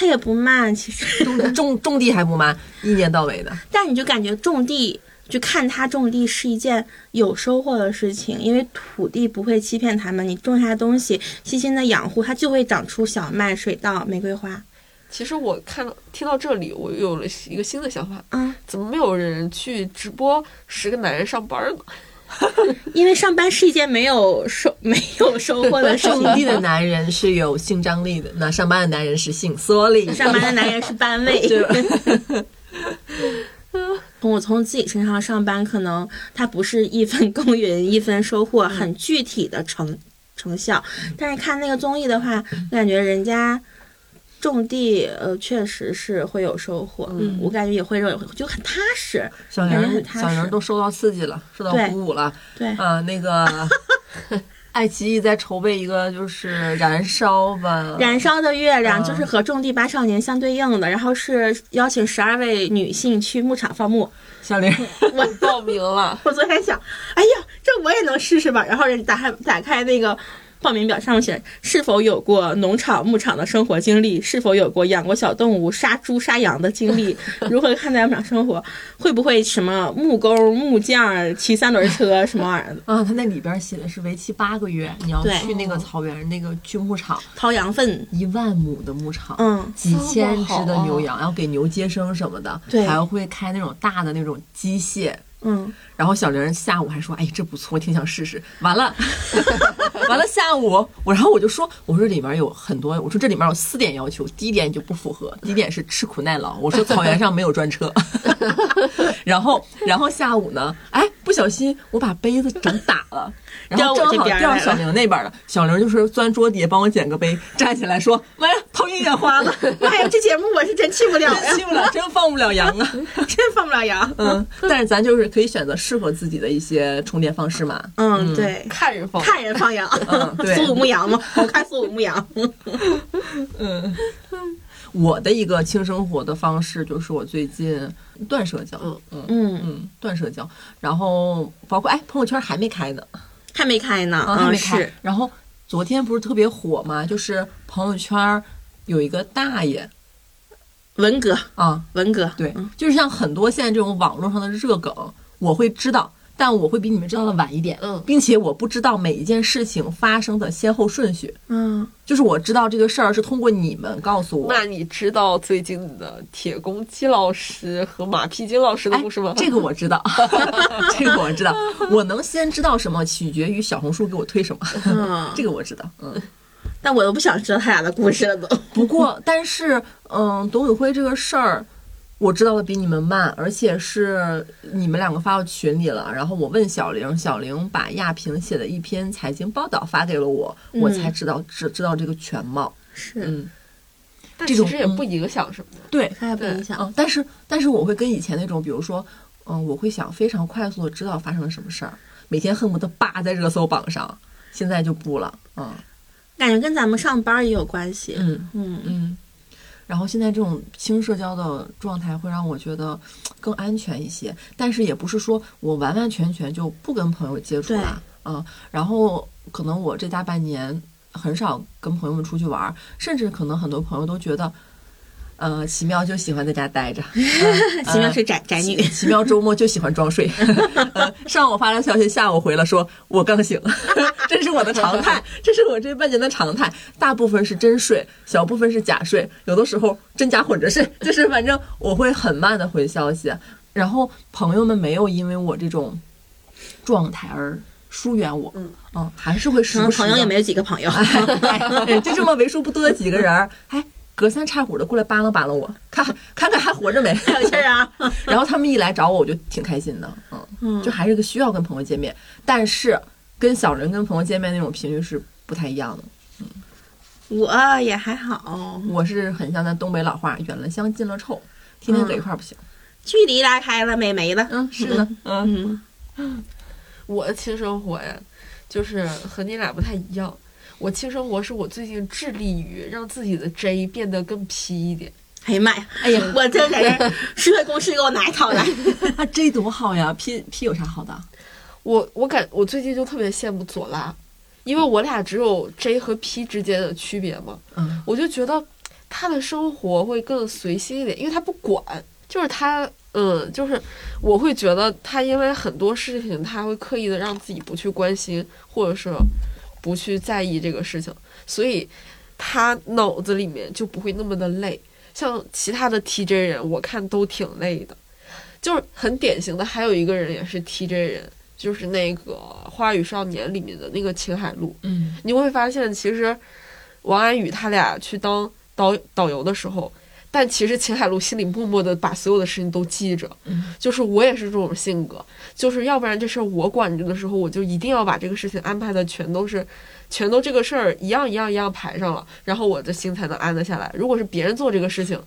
Speaker 3: 他也不慢，其实，
Speaker 1: 种种种地还不慢，一年到
Speaker 3: (laughs)
Speaker 1: 尾的。
Speaker 3: 但你就感觉种地，就看他种地是一件有收获的事情，因为土地不会欺骗他们，你种下东西，细心的养护，它就会长出小麦、水稻、玫瑰花。
Speaker 2: 其实我看到听到这里，我又有了一个新的想法，
Speaker 3: 嗯，
Speaker 2: 怎么没有人去直播十个男人上班呢？
Speaker 3: 因为上班是一件没有收没有收获的事
Speaker 1: 种
Speaker 3: 情。
Speaker 1: 地 (laughs) 的男人是有性张力的，那上班的男人是性缩力。
Speaker 3: 上班的男人是班位。
Speaker 1: 对吧？
Speaker 3: 从 (laughs) 我从自己身上上班，可能它不是一分耕耘一分收获，很具体的成成效。但是看那个综艺的话，感觉人家种地，呃，确实是会有收获。
Speaker 1: 嗯
Speaker 3: 我感觉也会有，就很踏实。
Speaker 1: 小
Speaker 3: 感觉
Speaker 1: 玲
Speaker 3: 很，踏实
Speaker 1: 小玲都受到刺激了，受到
Speaker 3: 嗯对
Speaker 1: 鼓舞了。
Speaker 3: 对，
Speaker 1: 啊，那个 (laughs) 爱奇艺在筹备一个就是燃烧吧，
Speaker 3: 燃烧的月亮
Speaker 1: 嗯
Speaker 3: 就是和种地吧少年相对应的，然后是邀请十二位女性去牧场放牧。 (laughs)
Speaker 1: 小玲，
Speaker 2: 我报
Speaker 1: (laughs)
Speaker 2: 名了，
Speaker 3: 我昨天想，哎呀，这我也能试试吧。然后人打开打开那个报名表，上面写是否有过农场、牧场的生活经历，是否有过养过小动物、杀猪、杀羊的经历， (laughs) 如何看待牧场生活，会不会什么木工、木匠、骑三轮 (laughs) 车什么玩意儿的，
Speaker 1: 啊，他那里边写的是为期八个月，你要
Speaker 3: 对
Speaker 1: 去那个草原那个锯牧场，
Speaker 3: 掏羊粪，
Speaker 1: 一万亩的牧场，
Speaker 3: 嗯，
Speaker 1: 几千
Speaker 2: 这么
Speaker 1: 只
Speaker 2: 好
Speaker 1: 的
Speaker 2: 啊
Speaker 1: 牛羊，要给牛接生什么的，
Speaker 3: 对
Speaker 1: 还会开那种大的那种机械，
Speaker 3: (laughs) 嗯，
Speaker 1: 然后小玲儿下午还说：“哎，这不错，我挺想试试。”完了， (laughs) 完了，下午我然后我就说：“我说里面有很多，我说这里面有四点要求，第一点你就不符合，第一点是吃苦耐劳。我说草原上没有专车。 (laughs) 然后，然后下午呢，哎，不小心我把杯子整打了，然后
Speaker 3: 掉
Speaker 1: 正
Speaker 3: 我这
Speaker 1: 好
Speaker 3: 边儿
Speaker 1: 掉
Speaker 3: 来了
Speaker 1: 小玲那边了。小玲就是钻桌底下帮我捡个杯，站起来说：‘妈呀，头晕眼花了， (laughs)
Speaker 3: 妈哎呀， (laughs) 这节目我是真去不了呀，
Speaker 1: 真去不了，真放不了羊啊。’
Speaker 3: 真放不了羊。
Speaker 1: 嗯，但是咱就是以可以选择适合自己的一些充电方式嘛。
Speaker 3: 嗯，对，
Speaker 2: 看人放。
Speaker 3: 看人放羊，
Speaker 1: 哦嗯
Speaker 3: (laughs)
Speaker 1: 对
Speaker 3: 苏武牧羊嘛，我看苏武牧羊。
Speaker 1: 我的一个轻生活的方式就是我最近断社交，
Speaker 2: 嗯
Speaker 1: 嗯
Speaker 3: 嗯，
Speaker 1: 嗯，断社交，然后包括哎，朋友圈还没开呢，
Speaker 3: 还没开呢，
Speaker 1: 啊，还
Speaker 3: 嗯
Speaker 1: 没开。
Speaker 3: 是，
Speaker 1: 然后昨天不是特别火嘛，就是朋友圈有一个大爷
Speaker 3: 文革，
Speaker 1: 啊，
Speaker 3: 文革，
Speaker 1: 对
Speaker 3: 嗯，
Speaker 1: 就是像很多现在这种网络上的热梗，我会知道，但我会比你们知道的晚一点，
Speaker 2: 嗯
Speaker 1: 并且我不知道每一件事情发生的先后顺序，
Speaker 3: 嗯，
Speaker 1: 就是我知道这个事儿是通过你们告诉我。
Speaker 2: 那你知道最近的铁公鸡老师和马屁精老师的
Speaker 1: 哎
Speaker 2: 故事吗？
Speaker 1: 这个我知道， (laughs) 这个我知道，我能先知道什么，取决于小红书给我推什么，(laughs)
Speaker 3: 嗯
Speaker 1: 这个我知道。嗯，
Speaker 3: 但我都不想知道他俩的故事了都。
Speaker 1: 不过但是，嗯，董宇辉这个事儿。我知道的比你们慢，而且是你们两个发到群里了。然后我问小玲，小玲把亚萍写的一篇财经报道发给了我，我
Speaker 3: 嗯
Speaker 1: 才知道知知道这个全貌。
Speaker 3: 是，
Speaker 1: 嗯，
Speaker 2: 但
Speaker 1: 这
Speaker 2: 其
Speaker 1: 种嗯
Speaker 2: 实也不影响什么的。
Speaker 1: 对，
Speaker 3: 他也不影响。
Speaker 1: 嗯，但是但是我会跟以前那种，比如说，嗯，我会想非常快速的知道发生了什么事儿，每天恨不得扒在热搜榜上，现在就不了，嗯
Speaker 3: 感觉跟咱们上班也有关系。
Speaker 1: 嗯
Speaker 3: 嗯，
Speaker 1: 嗯。然后现在这种轻社交的状态会让我觉得更安全一些，但是也不是说我完完全全就不跟朋友接触了，嗯，然后可能我这大半年很少跟朋友们出去玩儿，甚至可能很多朋友都觉得，呃，奇妙就喜欢在家待
Speaker 3: (laughs)
Speaker 1: 着，嗯
Speaker 3: 哎奇妙
Speaker 1: 呃
Speaker 3: 是宅宅女，嗯
Speaker 1: 奇妙周末就喜欢装
Speaker 3: (laughs)
Speaker 1: 睡，呃，上午发了消息，下午回了说我刚
Speaker 3: (laughs)
Speaker 1: 醒，这是我的常态，这是我这半年的常态。大部分是真睡，小部分是假睡，有的时候真假混着睡， (laughs) 就是反正我会很慢的回消息。然后朋友们没有因为我这种状态而疏远我，
Speaker 2: 嗯
Speaker 1: 嗯，还是会时
Speaker 3: 可能
Speaker 1: 不时
Speaker 3: 朋友
Speaker 1: 地
Speaker 3: 也没有几
Speaker 1: (laughs)
Speaker 3: 个朋友。
Speaker 1: 哎，就这么为数不多的几个人儿，哎，隔三差五的过来扒拉扒拉我，看看看还活着没。
Speaker 3: 还有事儿啊，
Speaker 1: 然后他们一来找我，我就挺开心的，嗯，
Speaker 3: 嗯
Speaker 1: 就还是个需要跟朋友见面，但是跟小人跟朋友见面那种频率是不太一样的。
Speaker 3: 我也还好，
Speaker 1: 我是很像咱东北老话，远了乡近了臭，天天搁一块儿不行。
Speaker 3: 距离拉开了，美没了。
Speaker 1: 嗯嗯，是的，嗯
Speaker 3: 嗯，
Speaker 2: 我的轻生活呀，就是和你俩不太一样。我轻生活是我最近致力于让自己的 J 变得更 P 一点。
Speaker 3: 哎呀妈呀，
Speaker 1: 哎呀，
Speaker 3: 我这在这儿社会公式给我拿一套
Speaker 1: (laughs)
Speaker 3: 来。
Speaker 1: 啊，这多好呀！P P 有啥好的？啊
Speaker 2: 我我感我最近就特别羡慕左拉，因为我俩只有 J 和 P 之间的区别嘛，
Speaker 1: 嗯
Speaker 2: 我就觉得他的生活会更随心一点，因为他不管，就是他。嗯，就是我会觉得他因为很多事情，他会刻意的让自己不去关心，或者是不去在意这个事情，所以他脑子里面就不会那么的累。像其他的 TJ 人，我看都挺累的，就是很典型的。还有一个人也是 TJ 人，就是那个《花与少年》里面的那个秦海璐，
Speaker 1: 嗯
Speaker 2: 你会发现，其实王安宇他俩去当导导游的时候，但其实秦海璐心里默默的把所有的事情都记着。
Speaker 1: 嗯
Speaker 2: 就是我也是这种性格，就是要不然这事儿我管着的时候，我就一定要把这个事情安排的全都是，全都这个事儿一样一样一样排上了，然后我的心才能安得下来。如果是别人做这个事情，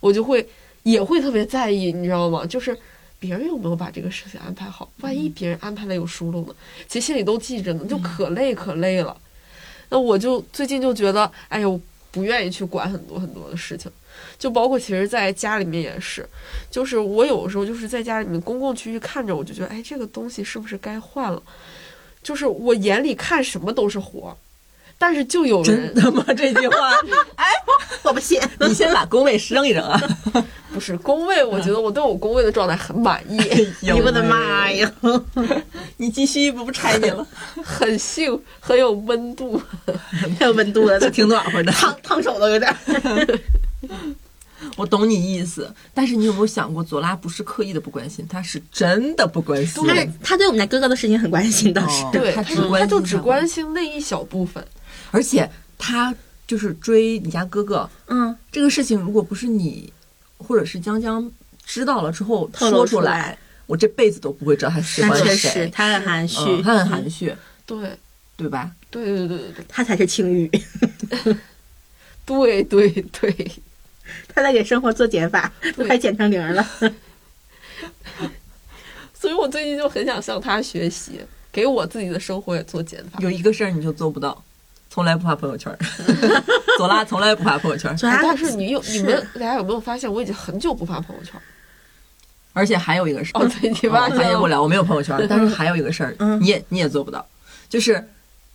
Speaker 2: 我就会也会特别在意，你知道吗？就是。别人有没有把这个事情安排好？
Speaker 1: 嗯
Speaker 2: 万一别人安排的有疏漏呢？其实心里都记着呢，就可累可累了。那我就最近就觉得，哎呦，不愿意去管很多很多的事情，就包括其实在家里面也是，就是我有时候就是在家里面公共区域看着，我就觉得，哎，这个东西是不是该换了？就是我眼里看什么都是活儿，但是就有人
Speaker 1: 真的吗？这 (laughs) 句话，哎
Speaker 3: 我
Speaker 1: (laughs)
Speaker 3: 不信，
Speaker 1: 你先把工位扔一扔啊！
Speaker 2: 不是工位，我觉得我对我工位的状态很满
Speaker 1: (laughs)
Speaker 2: 意，
Speaker 1: 哎
Speaker 3: 我的妈！呀！
Speaker 1: 你继续，不不拆你 (laughs) 了，
Speaker 2: 很幸，很有温度。
Speaker 3: 太有温度了，
Speaker 1: 这挺暖和的。
Speaker 3: 烫烫手都有点儿。
Speaker 1: 我懂你意思，但是你有没有想过，左拉不是刻意的不关心，他是真的不关心。
Speaker 3: 但是他对我们家哥哥的事情很关心，倒是。
Speaker 1: 哦
Speaker 2: 对，嗯
Speaker 1: 他
Speaker 2: 他
Speaker 1: 只关
Speaker 2: 他就
Speaker 1: 心
Speaker 2: 只
Speaker 1: 他
Speaker 2: 关心那一小部分。
Speaker 1: 而且他就是追你家哥哥
Speaker 3: 嗯，
Speaker 1: 这个事情，如果不是你或者是江江知道了之后
Speaker 3: 透
Speaker 1: 说
Speaker 3: 露
Speaker 1: 出
Speaker 3: 出
Speaker 1: 来，，我这辈子都不会知道他喜
Speaker 3: 那
Speaker 1: 欢
Speaker 3: 确实，
Speaker 1: 谁。
Speaker 3: 他很含蓄，
Speaker 1: 嗯，他很含蓄，
Speaker 2: 对，
Speaker 1: 对吧？
Speaker 2: 对对对对对
Speaker 3: 他才是情侣，
Speaker 2: 对对对， (laughs)
Speaker 1: (laughs)
Speaker 3: 他在给生活做减法，都快减成零了。
Speaker 2: 所以我最近就很想向他学习，给我自己的生活也做减法。
Speaker 1: 有一个事儿你就做不到，从来不发朋友圈儿。 (laughs) 左拉从来不发朋友圈儿，
Speaker 3: 主要
Speaker 2: 哎但是你有你
Speaker 3: 是
Speaker 2: 们大家有没有发现，我已经很久不发朋友圈了？
Speaker 1: 而且还有一个事儿，
Speaker 2: 哦，对，你发
Speaker 1: 我发
Speaker 2: 现
Speaker 1: 现不
Speaker 2: 我
Speaker 1: 了，我没有朋友圈儿，但是还有一个事儿，
Speaker 3: 嗯
Speaker 1: 你也你也做不到，就是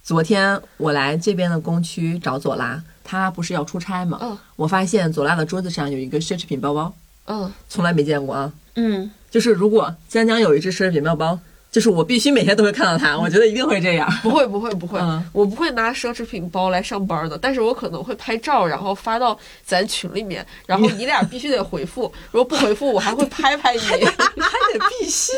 Speaker 1: 昨天我来这边的工区找左拉，他不是要出差嘛，
Speaker 2: 嗯
Speaker 1: 我发现左拉的桌子上有一个奢侈品包包，
Speaker 2: 嗯，
Speaker 1: 从来没见过啊，
Speaker 3: 嗯，
Speaker 1: 就是如果江江有一只奢侈品包包，就是我必须每天都会看到
Speaker 2: 嗯
Speaker 1: 它，我觉得一定会这样。
Speaker 2: 不会不会不会
Speaker 1: 嗯，
Speaker 2: 我不会拿奢侈品包来上班的，但是我可能会拍照，然后发到咱群里面，然后你俩必须得回复，如果不回复，我还会拍拍你，
Speaker 1: 还得必须，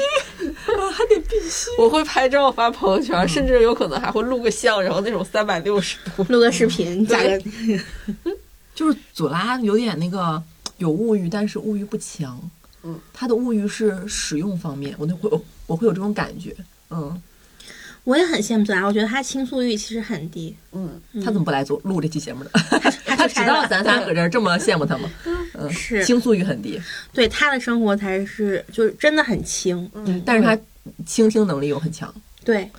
Speaker 1: 啊，还得必须。
Speaker 2: 我会拍照发朋友圈，甚至有可能还会录个像，然后那种三百六十度。
Speaker 3: 录个视
Speaker 1: 嗯
Speaker 3: 频，加个
Speaker 1: 就是左拉有点那个有物欲，但是物欲不强。
Speaker 2: 嗯，
Speaker 1: 他的物欲是使用方面，我那会我会有这种感觉。嗯，
Speaker 3: 我也很羡慕左拉，我觉得他倾诉欲其实很低，
Speaker 2: 嗯，
Speaker 1: 他怎么不来做录这期节目的？
Speaker 3: 他
Speaker 1: 他知道咱仨搁这儿这么羡慕他吗？嗯，
Speaker 3: 是
Speaker 1: 倾诉欲很低，
Speaker 3: 对他的生活才是就是真的很轻，
Speaker 2: 嗯
Speaker 1: 但是他倾听能力又很强。
Speaker 3: 对，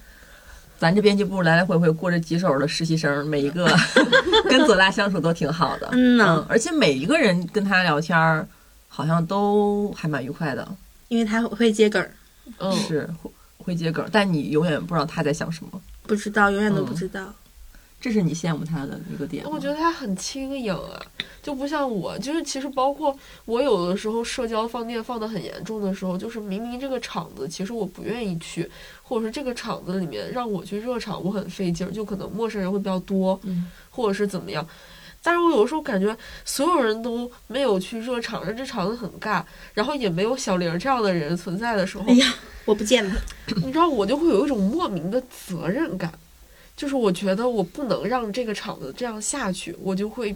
Speaker 1: 咱这编辑部来来回回过着几手的实习生，每一个 (laughs) 跟左拉相处都挺好的。
Speaker 3: 嗯呐
Speaker 1: 而且每一个人跟他聊天儿，好像都还蛮愉快的，
Speaker 3: 因为他会接梗儿，
Speaker 2: 嗯，
Speaker 1: 是会会接梗儿，但你永远不知道他在想什么，
Speaker 3: 不知道永远都不知
Speaker 1: 哦
Speaker 3: 道，
Speaker 1: 这是你羡慕他的一个点吗。
Speaker 2: 我觉得他很轻盈啊，就不像我，就是其实包括我有的时候社交放电放得很严重的时候，就是明明这个场子其实我不愿意去，或者是这个场子里面让我去热场，我很费劲儿，就可能陌生人会比较多，
Speaker 1: 嗯
Speaker 2: 或者是怎么样。但是我有时候感觉所有人都没有去热场，让这场子很尬，然后也没有小玲儿这样的人存在的时候，
Speaker 3: 哎呀，我不见了，
Speaker 2: 你知道我就会有一种莫名的责任感，就是我觉得我不能让这个场子这样下去，我就会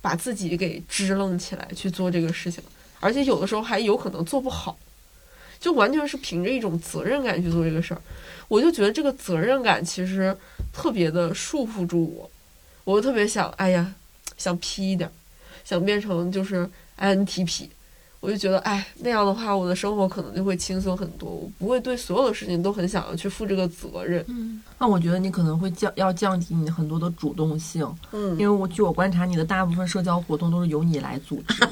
Speaker 2: 把自己给支棱起来去做这个事情，而且有的时候还有可能做不好，就完全是凭着一种责任感去做这个事儿。我就觉得这个责任感其实特别的束缚住我，我就特别想，哎呀，想 P 一点儿，想变成就是 INTP，我就觉得，哎，那样的话，我的生活可能就会轻松很多，我不会对所有的事情都很想要去负这个责任。
Speaker 1: 那我觉得你可能会降要降低你很多的主动性，因
Speaker 2: 嗯，
Speaker 1: 为我据我观察，你的大部分社交活动都是由你来组织，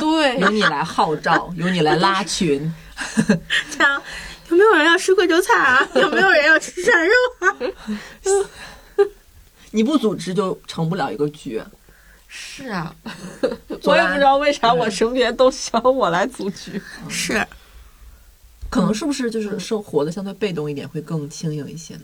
Speaker 2: 对，
Speaker 1: (laughs) 由你来号 (laughs) 召，由你来拉群。
Speaker 3: 这样有没有人要吃贵州菜啊？有没有人要吃涮肉啊？
Speaker 1: 你不组织就成不了一个局。
Speaker 2: 是啊，
Speaker 1: 左
Speaker 2: (laughs) 我也
Speaker 1: 拉
Speaker 2: 不知道为啥我身边都需要我来组局。
Speaker 3: 是，
Speaker 1: 可能是不是就是生活的相对被动一点，会更轻盈一些呢？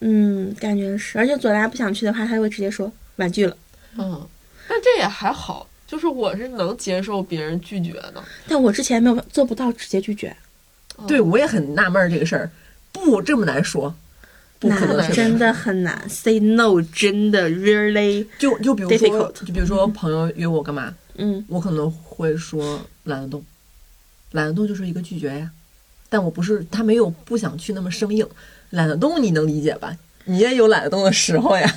Speaker 3: 嗯，感觉是，而且左拉不想去的话，他会直接说婉拒了。
Speaker 2: 嗯，但这也还好，就是我是能接受别人拒绝的。嗯
Speaker 3: 但我之前没有做不到直接拒绝，
Speaker 1: 对我也很纳闷儿这个事儿，不这么难说，不可能
Speaker 2: 难
Speaker 1: 是
Speaker 3: 真的很难，say no 真的 really，
Speaker 1: 就就比如说，
Speaker 3: difficult
Speaker 1: 就比如说朋友约我干嘛，
Speaker 3: 嗯，
Speaker 1: 我可能会说懒得动，懒得动就是一个拒绝呀。但我不是他没有不想去那么生硬，懒得动你能理解吧？你也有懒得动的时候呀。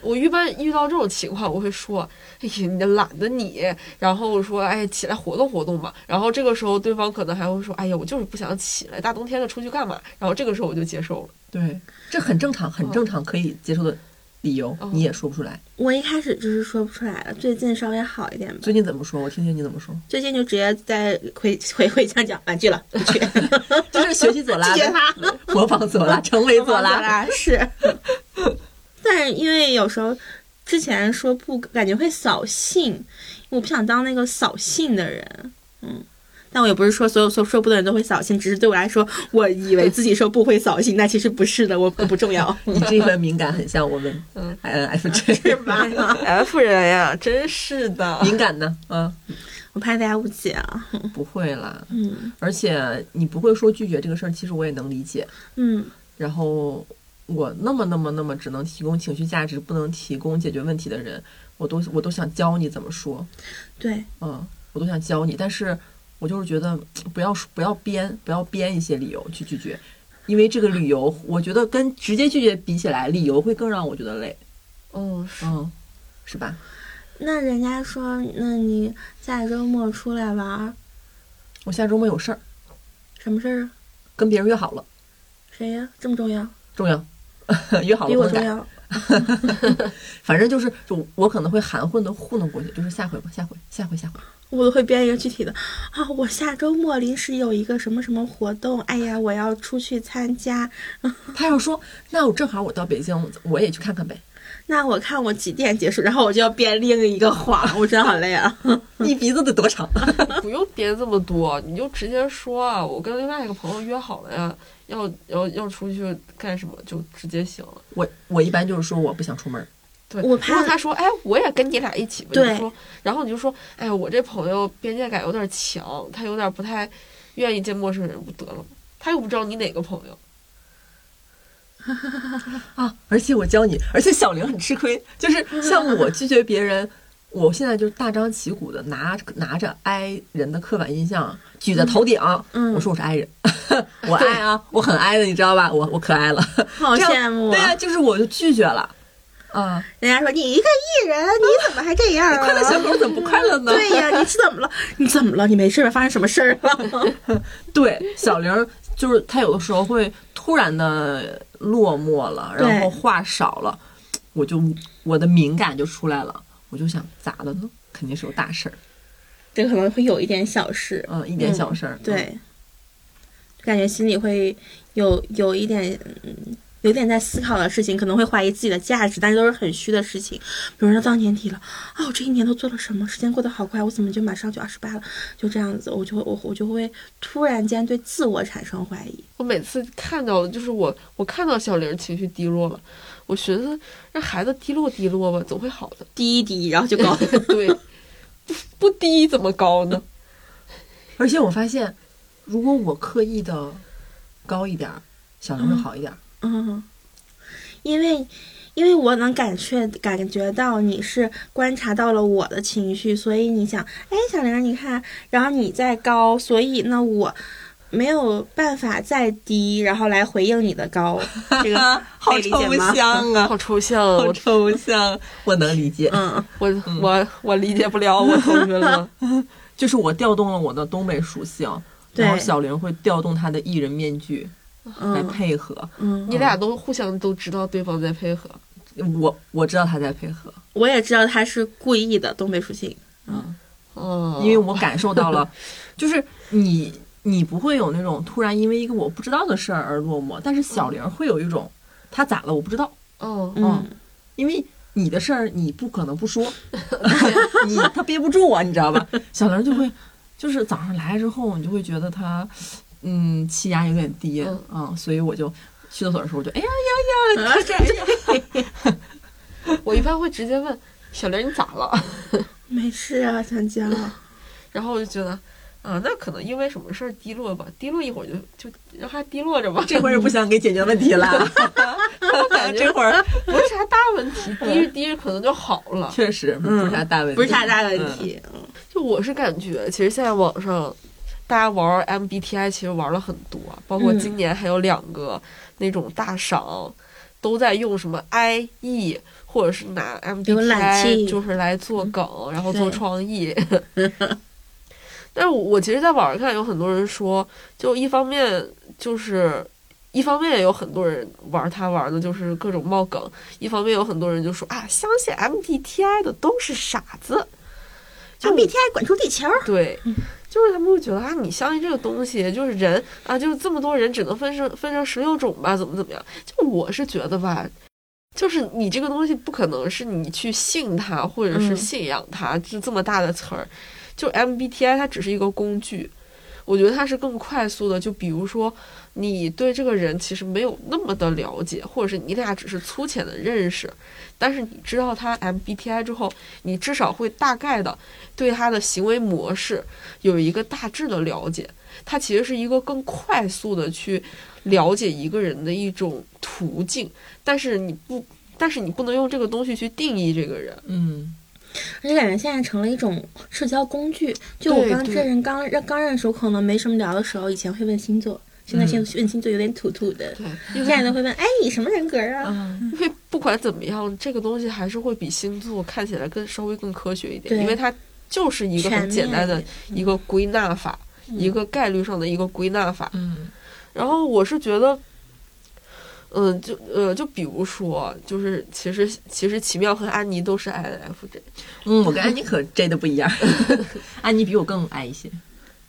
Speaker 2: 我一般遇到这种情况，我会说：“哎呀，你懒得你。”然后我说：“哎，起来活动活动吧。”然后这个时候对方可能还会说：“哎呀，我就是不想起来，大冬天的出去干嘛？”然后这个时候我就接受了。
Speaker 1: 对，这很正常，很正常，可以接受的理由
Speaker 2: 哦，
Speaker 1: 你也说不出来。
Speaker 3: 我一开始就是说不出来了，最近稍微好一点吧，
Speaker 1: 最近怎么说？我听听你怎么说。
Speaker 3: 最近就直接在回回回讲讲婉拒了，不去，
Speaker 1: 就是学习左拉
Speaker 3: 拒绝
Speaker 1: 呗，
Speaker 3: 他。
Speaker 1: 模仿左拉，成为左拉。
Speaker 3: 拉是， (laughs) 但是因为有时候之前说不，感觉会扫兴，我不想当那个扫兴的人，嗯。但我也不是说所有说说不的人都会扫兴，只是对我来说，我以为自己说不会扫兴，但其实不是的，我我不
Speaker 1: (laughs)
Speaker 3: 重要，
Speaker 1: 你这份敏感很像我们 (laughs)
Speaker 2: 嗯
Speaker 1: INFJ，、
Speaker 3: 吧？
Speaker 2: F 人呀，真是的。
Speaker 1: 敏感呢？啊，
Speaker 3: (laughs) 我怕大家误解啊，
Speaker 1: 不会啦。
Speaker 3: 嗯
Speaker 1: 而且你不会说拒绝这个事儿，其实我也能理解。
Speaker 3: 嗯，
Speaker 1: 然后我那么那么那么只能提供情绪价值，不能提供解决问题的人，我都我都想教你怎么说，
Speaker 3: 对，
Speaker 1: 嗯，我都想教你，但是我就是觉得不要说不要编不要编一些理由去拒绝，因为这个理由我觉得跟直接拒绝比起来，理由会更让我觉得累，
Speaker 2: 嗯，是
Speaker 1: 嗯，是吧？
Speaker 3: 那人家说，那你下周末出来玩儿，
Speaker 1: 我下周末有事儿，
Speaker 3: 什么事儿啊？
Speaker 1: 跟别人约好了，
Speaker 3: 谁呀？这么重要？
Speaker 1: 重要， (laughs) 约好了
Speaker 3: 比
Speaker 1: 不
Speaker 3: 我
Speaker 1: 能
Speaker 3: 重
Speaker 1: 改。
Speaker 3: 要？
Speaker 1: 反正就是，就我可能会含混的糊弄过去，就是下回吧，下回，下回，下回。
Speaker 3: 我都会编一个具体的啊！我下周末临时有一个什么什么活动，哎呀，我要出去参加。
Speaker 1: 他要说，那我正好我到北京，我也去看看呗。
Speaker 3: 那我看我几点结束，然后我就要编另一个谎，我真的好
Speaker 1: (laughs)
Speaker 3: 累啊！
Speaker 1: 你鼻子得多长？啊
Speaker 2: 不用编这么多，你就直接说啊，我跟另外一个朋友约好了呀，要要要出去干什么就直接行了。
Speaker 1: (laughs) 我我一般就是说我不想出门，
Speaker 2: 对，
Speaker 3: 我
Speaker 2: 如
Speaker 3: 怕
Speaker 2: 果他说，哎，我也跟你俩一起吧，
Speaker 3: 对
Speaker 2: 你就说，然后你就说，哎，我这朋友边界感有点强，他有点不太愿意见陌生人，不得了吗？他又不知道你哪个朋友，
Speaker 1: 啊！而且我教你，而且小玲很吃亏， (laughs) 就是像我拒绝别 (laughs) 人，我现在就是大张旗鼓的拿拿着 I 人的刻板印象举在头顶，
Speaker 3: 嗯
Speaker 1: 我说我是 I 人， (laughs) 我爱啊，我很 I 的，你知道吧？我我可爱了，
Speaker 3: 好
Speaker 1: 这样
Speaker 3: 羡慕
Speaker 1: (laughs)
Speaker 3: 啊
Speaker 1: 对啊呀、就是我就拒绝了，啊，
Speaker 3: 人家说你一个艺人，你怎么还这样、啊？
Speaker 1: 快乐小狗怎么不快乐呢？
Speaker 3: 对呀、你是怎么了？你怎么了？你没事吧？发生什么事儿了？
Speaker 1: 对，小玲儿就是她有的时候会突然的落寞了，
Speaker 3: 对
Speaker 1: 然后话少了，我就我的敏感就出来了，我就想咋的呢？肯定是有大事儿，
Speaker 3: 这可能会有一点小事，
Speaker 1: 嗯，一点小事儿、嗯，
Speaker 3: 对，感觉心里会有有一点，嗯，有点在思考的事情，可能会怀疑自己的价值，但是都是很虚的事情。比如说到年底了，啊，我这一年都做了什么？时间过得好快，我怎么就马上就二十八了？就这样子，我就会我我就会突然间对自我产生怀疑。
Speaker 2: 我每次看到的就是我，我看到小玲情绪低落了，我寻思让孩子低落低落吧，总会好的。
Speaker 3: 滴一滴，然后就搞
Speaker 2: (laughs) 对，不不低怎么高呢？
Speaker 1: 而且我发现，如果我刻意的高一点儿，小玲会好一点儿。
Speaker 3: 嗯，因为因为我能感确感觉到你是观察到了我的情绪，所以你想，哎，小玲儿，你看，然后你在高，所以呢，我没有办法再低，然后来回应你的 (laughs) 高，这个可以嗯理解吗？
Speaker 1: 象
Speaker 3: (laughs)
Speaker 1: 啊！
Speaker 2: (laughs) 好抽象啊！
Speaker 1: 好
Speaker 2: 我
Speaker 1: 抽象，我能理解，
Speaker 3: 嗯，
Speaker 2: 我我我理解不了，我头晕了。
Speaker 1: 就是我调动了我的东北属性，
Speaker 3: 对
Speaker 1: 然后小玲会调动她的艺人面具来
Speaker 3: 嗯
Speaker 1: 配合。
Speaker 3: 嗯，
Speaker 2: (laughs) 你俩都互相都知道对方在配合，
Speaker 1: 我我知道他在配合，
Speaker 3: 我也知道他是故意的，东北属性，
Speaker 2: 嗯，
Speaker 1: 因为我感受到了，就是你你不会有那种突然因为一个我不知道的事儿而落寞，但是小玲会有一种她咋了我不知道，
Speaker 2: 嗯，
Speaker 3: 嗯，
Speaker 1: 因为你的事儿你不可能不说， (laughs) 你她憋不住啊，你知道吧？小玲就会就是早上来之后，你就会觉得她嗯气压有点低啊
Speaker 2: 嗯、
Speaker 1: 所以我就去厕所的时候我就哎呀呀
Speaker 3: 嗯
Speaker 1: 呀，这这
Speaker 2: 我一般会直接问小玲你咋了，
Speaker 3: (laughs)
Speaker 2: (laughs)
Speaker 3: 没事啊，香蕉，
Speaker 2: 然后我就觉得啊，那可能因为什么事儿低落吧，低落一会儿就就让他低落着吧， (laughs)
Speaker 1: 这会儿不想给解决问题了，
Speaker 2: 感觉
Speaker 1: 这会儿
Speaker 2: 不是啥大问题，低着低着可能就好了。
Speaker 1: (laughs) 确实不是啥大问题，
Speaker 3: 不是太大问题，
Speaker 2: 就我是感觉，其实现在网上大家玩 MBTI 其实玩了很多，包括
Speaker 3: 嗯
Speaker 2: 今年还有两个那种大赏，都在用什么 IE 或者是拿
Speaker 3: 有懒
Speaker 2: MBTI
Speaker 3: 气
Speaker 2: 就是来做梗，然后
Speaker 3: 对
Speaker 2: 做
Speaker 3: (laughs)
Speaker 2: 创意。 (laughs) 但是我我其实，在网上看有很多人说，就一方面就是。一方面也有很多人玩它玩的就是各种冒梗，一方面有很多人就说啊，相信 MBTI 的都是傻子，就
Speaker 3: 就 BTI 滚出地球，
Speaker 2: 对，就是他们会觉得啊，你相信这个东西，就是人啊，就是这么多人只能分成分成十六种吧，怎么怎么样？就我是觉得吧，就是你这个东西不可能是你去信它或者是
Speaker 3: 嗯
Speaker 2: 信仰它，就这么大的词儿。就 MBTI 它只是一个工具，我觉得它是更快速的。就比如说，你对这个人其实没有那么的了解，或者是你俩只是粗浅的认识，但是你知道他 MBTI 之后，你至少会大概的对他的行为模式有一个大致的了解。它其实是一个更快速的去了解一个人的一种途径，但是你不，但是你不能用这个东西去定义这个人。
Speaker 1: 嗯。
Speaker 3: 而且感觉现在成了一种社交工具。就我
Speaker 2: 对
Speaker 3: 刚
Speaker 2: 对
Speaker 3: 这人刚认刚认识，我可能没什么聊的时候，以前会问星座，现在现问星座有点土土的。
Speaker 2: 对，
Speaker 3: 现在都会问，哎，你什么人格啊？
Speaker 1: 嗯
Speaker 2: 因为不管怎么样，这个东西还是会比星座看起来更稍微更科学一点，
Speaker 3: 对
Speaker 2: 因为它就是一个
Speaker 3: 全
Speaker 2: 很简单的
Speaker 3: 面嗯
Speaker 2: 一个归纳法，一个概率上的一个归纳法。
Speaker 1: 嗯
Speaker 2: 然后我是觉得，嗯、就呃，就比如说，就是其实其实奇妙和安妮都是 INFJ，
Speaker 1: 嗯，我跟安妮可 J 的不一样， (laughs) 安妮比我更爱一些。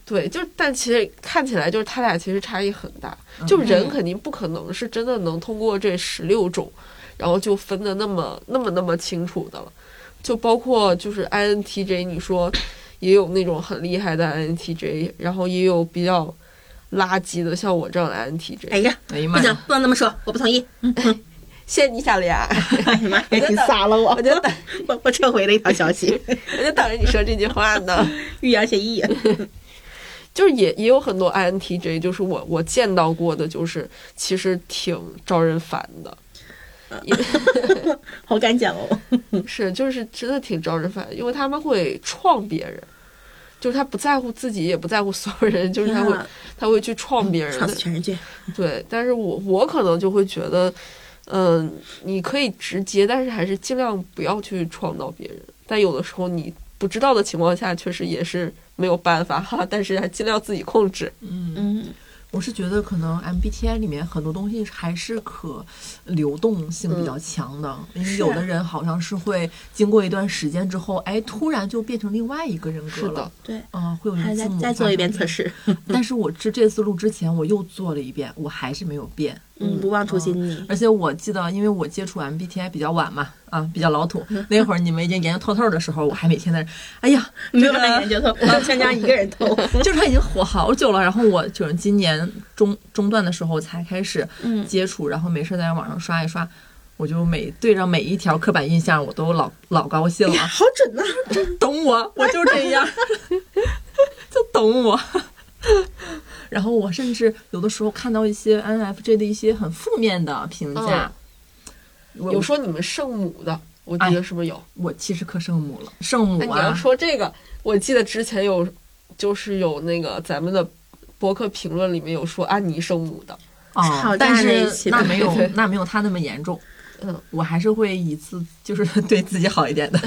Speaker 2: 对，就但其实看起来就是他俩其实差异很大，就人肯定不可能是真的能通过这十六种，然后就分的那么那么那么清楚的了，就包括就是 INTJ，你说也有那种很厉害的 INTJ，然后也有比较垃圾的，像我这样的 INTJ。
Speaker 3: 哎呀，
Speaker 1: 哎呀
Speaker 3: 不
Speaker 1: 妈
Speaker 3: 行
Speaker 1: 呀，，
Speaker 3: 不能这么说，我不同意。
Speaker 2: 谢谢你小莲，
Speaker 3: 哎呀妈呀，
Speaker 2: 我就
Speaker 3: 你
Speaker 2: 等
Speaker 3: 杀了我
Speaker 2: 我！就等
Speaker 3: 我我撤回了一条消息， (laughs)
Speaker 2: 我就等着你说这句话呢。
Speaker 3: 欲扬先抑。啊
Speaker 2: 就是也也有很多 INTJ，就是我我见到过的，就是其实挺招人烦的，因为
Speaker 3: 好敢讲哦。
Speaker 2: 是就是真的挺招人烦，因为他们会创别人，就是他不在乎自己，也不在乎所有人，就是他会
Speaker 3: 啊
Speaker 2: 他会去创别人
Speaker 3: 创
Speaker 2: 的
Speaker 3: 死，全世界，
Speaker 2: (laughs) 对。但是我我可能就会觉得，嗯，你可以直接，但是还是尽量不要去创造别人。但有的时候你不知道的情况下，确实也是没有办法哈，但是还尽量自己控制。
Speaker 3: 嗯，
Speaker 1: 我是觉得可能 MBTI 里面很多东西还是可流动性比
Speaker 3: 嗯
Speaker 1: 较强的，因为有的人好像是会经过一段时间之后，哎，突然就变成另外一个人格
Speaker 2: 是
Speaker 1: 了
Speaker 2: 的。，
Speaker 3: 对。
Speaker 1: 嗯、会有一
Speaker 3: 还
Speaker 1: 个
Speaker 3: 再
Speaker 1: 字母
Speaker 3: 再做一遍
Speaker 1: 发生
Speaker 3: 测试，
Speaker 1: 但是我这这次录之前，我又做了一遍，我还是没有变。
Speaker 3: 嗯，不忘初心你。
Speaker 1: 而且我记得，因为我接触 MBTI 比较晚嘛，啊，比较老
Speaker 3: (laughs)
Speaker 1: 土。那会儿你们已经研究透透的时候，我还每天在那儿，哎呀，
Speaker 3: 没有人研究透，我全家一个人透。
Speaker 1: (laughs) 就是它已经火好久了。然后我就是今年中中段的时候才开始
Speaker 3: 嗯
Speaker 1: 接触，然后没事在网上刷一刷，我就每对上每一条刻板印象，我都老老高兴了。
Speaker 3: 哎好准呐、
Speaker 1: 懂我，我就是这样，就懂我。然后我甚至有的时候看到一些 INFJ 的一些很负面的评价，
Speaker 3: 嗯
Speaker 1: 我
Speaker 2: 嗯有说你们圣母的，我
Speaker 3: 哎
Speaker 2: 记得是不是有？
Speaker 1: 我其实可圣母了，圣母
Speaker 2: 哎，你要
Speaker 1: 啊，
Speaker 2: 说这个，我记得之前有，就是有那个咱们的博客评论里面有说安妮圣母的，
Speaker 1: 哦
Speaker 3: 吵，架
Speaker 1: 但
Speaker 3: 在一
Speaker 1: 是
Speaker 3: 起
Speaker 1: 那
Speaker 3: 的
Speaker 1: 没有
Speaker 2: 对
Speaker 1: 那没有他那么严重，呃
Speaker 2: 嗯，
Speaker 1: 我还是会以自就是 (laughs) 对自己好一点
Speaker 3: (laughs)
Speaker 1: 的，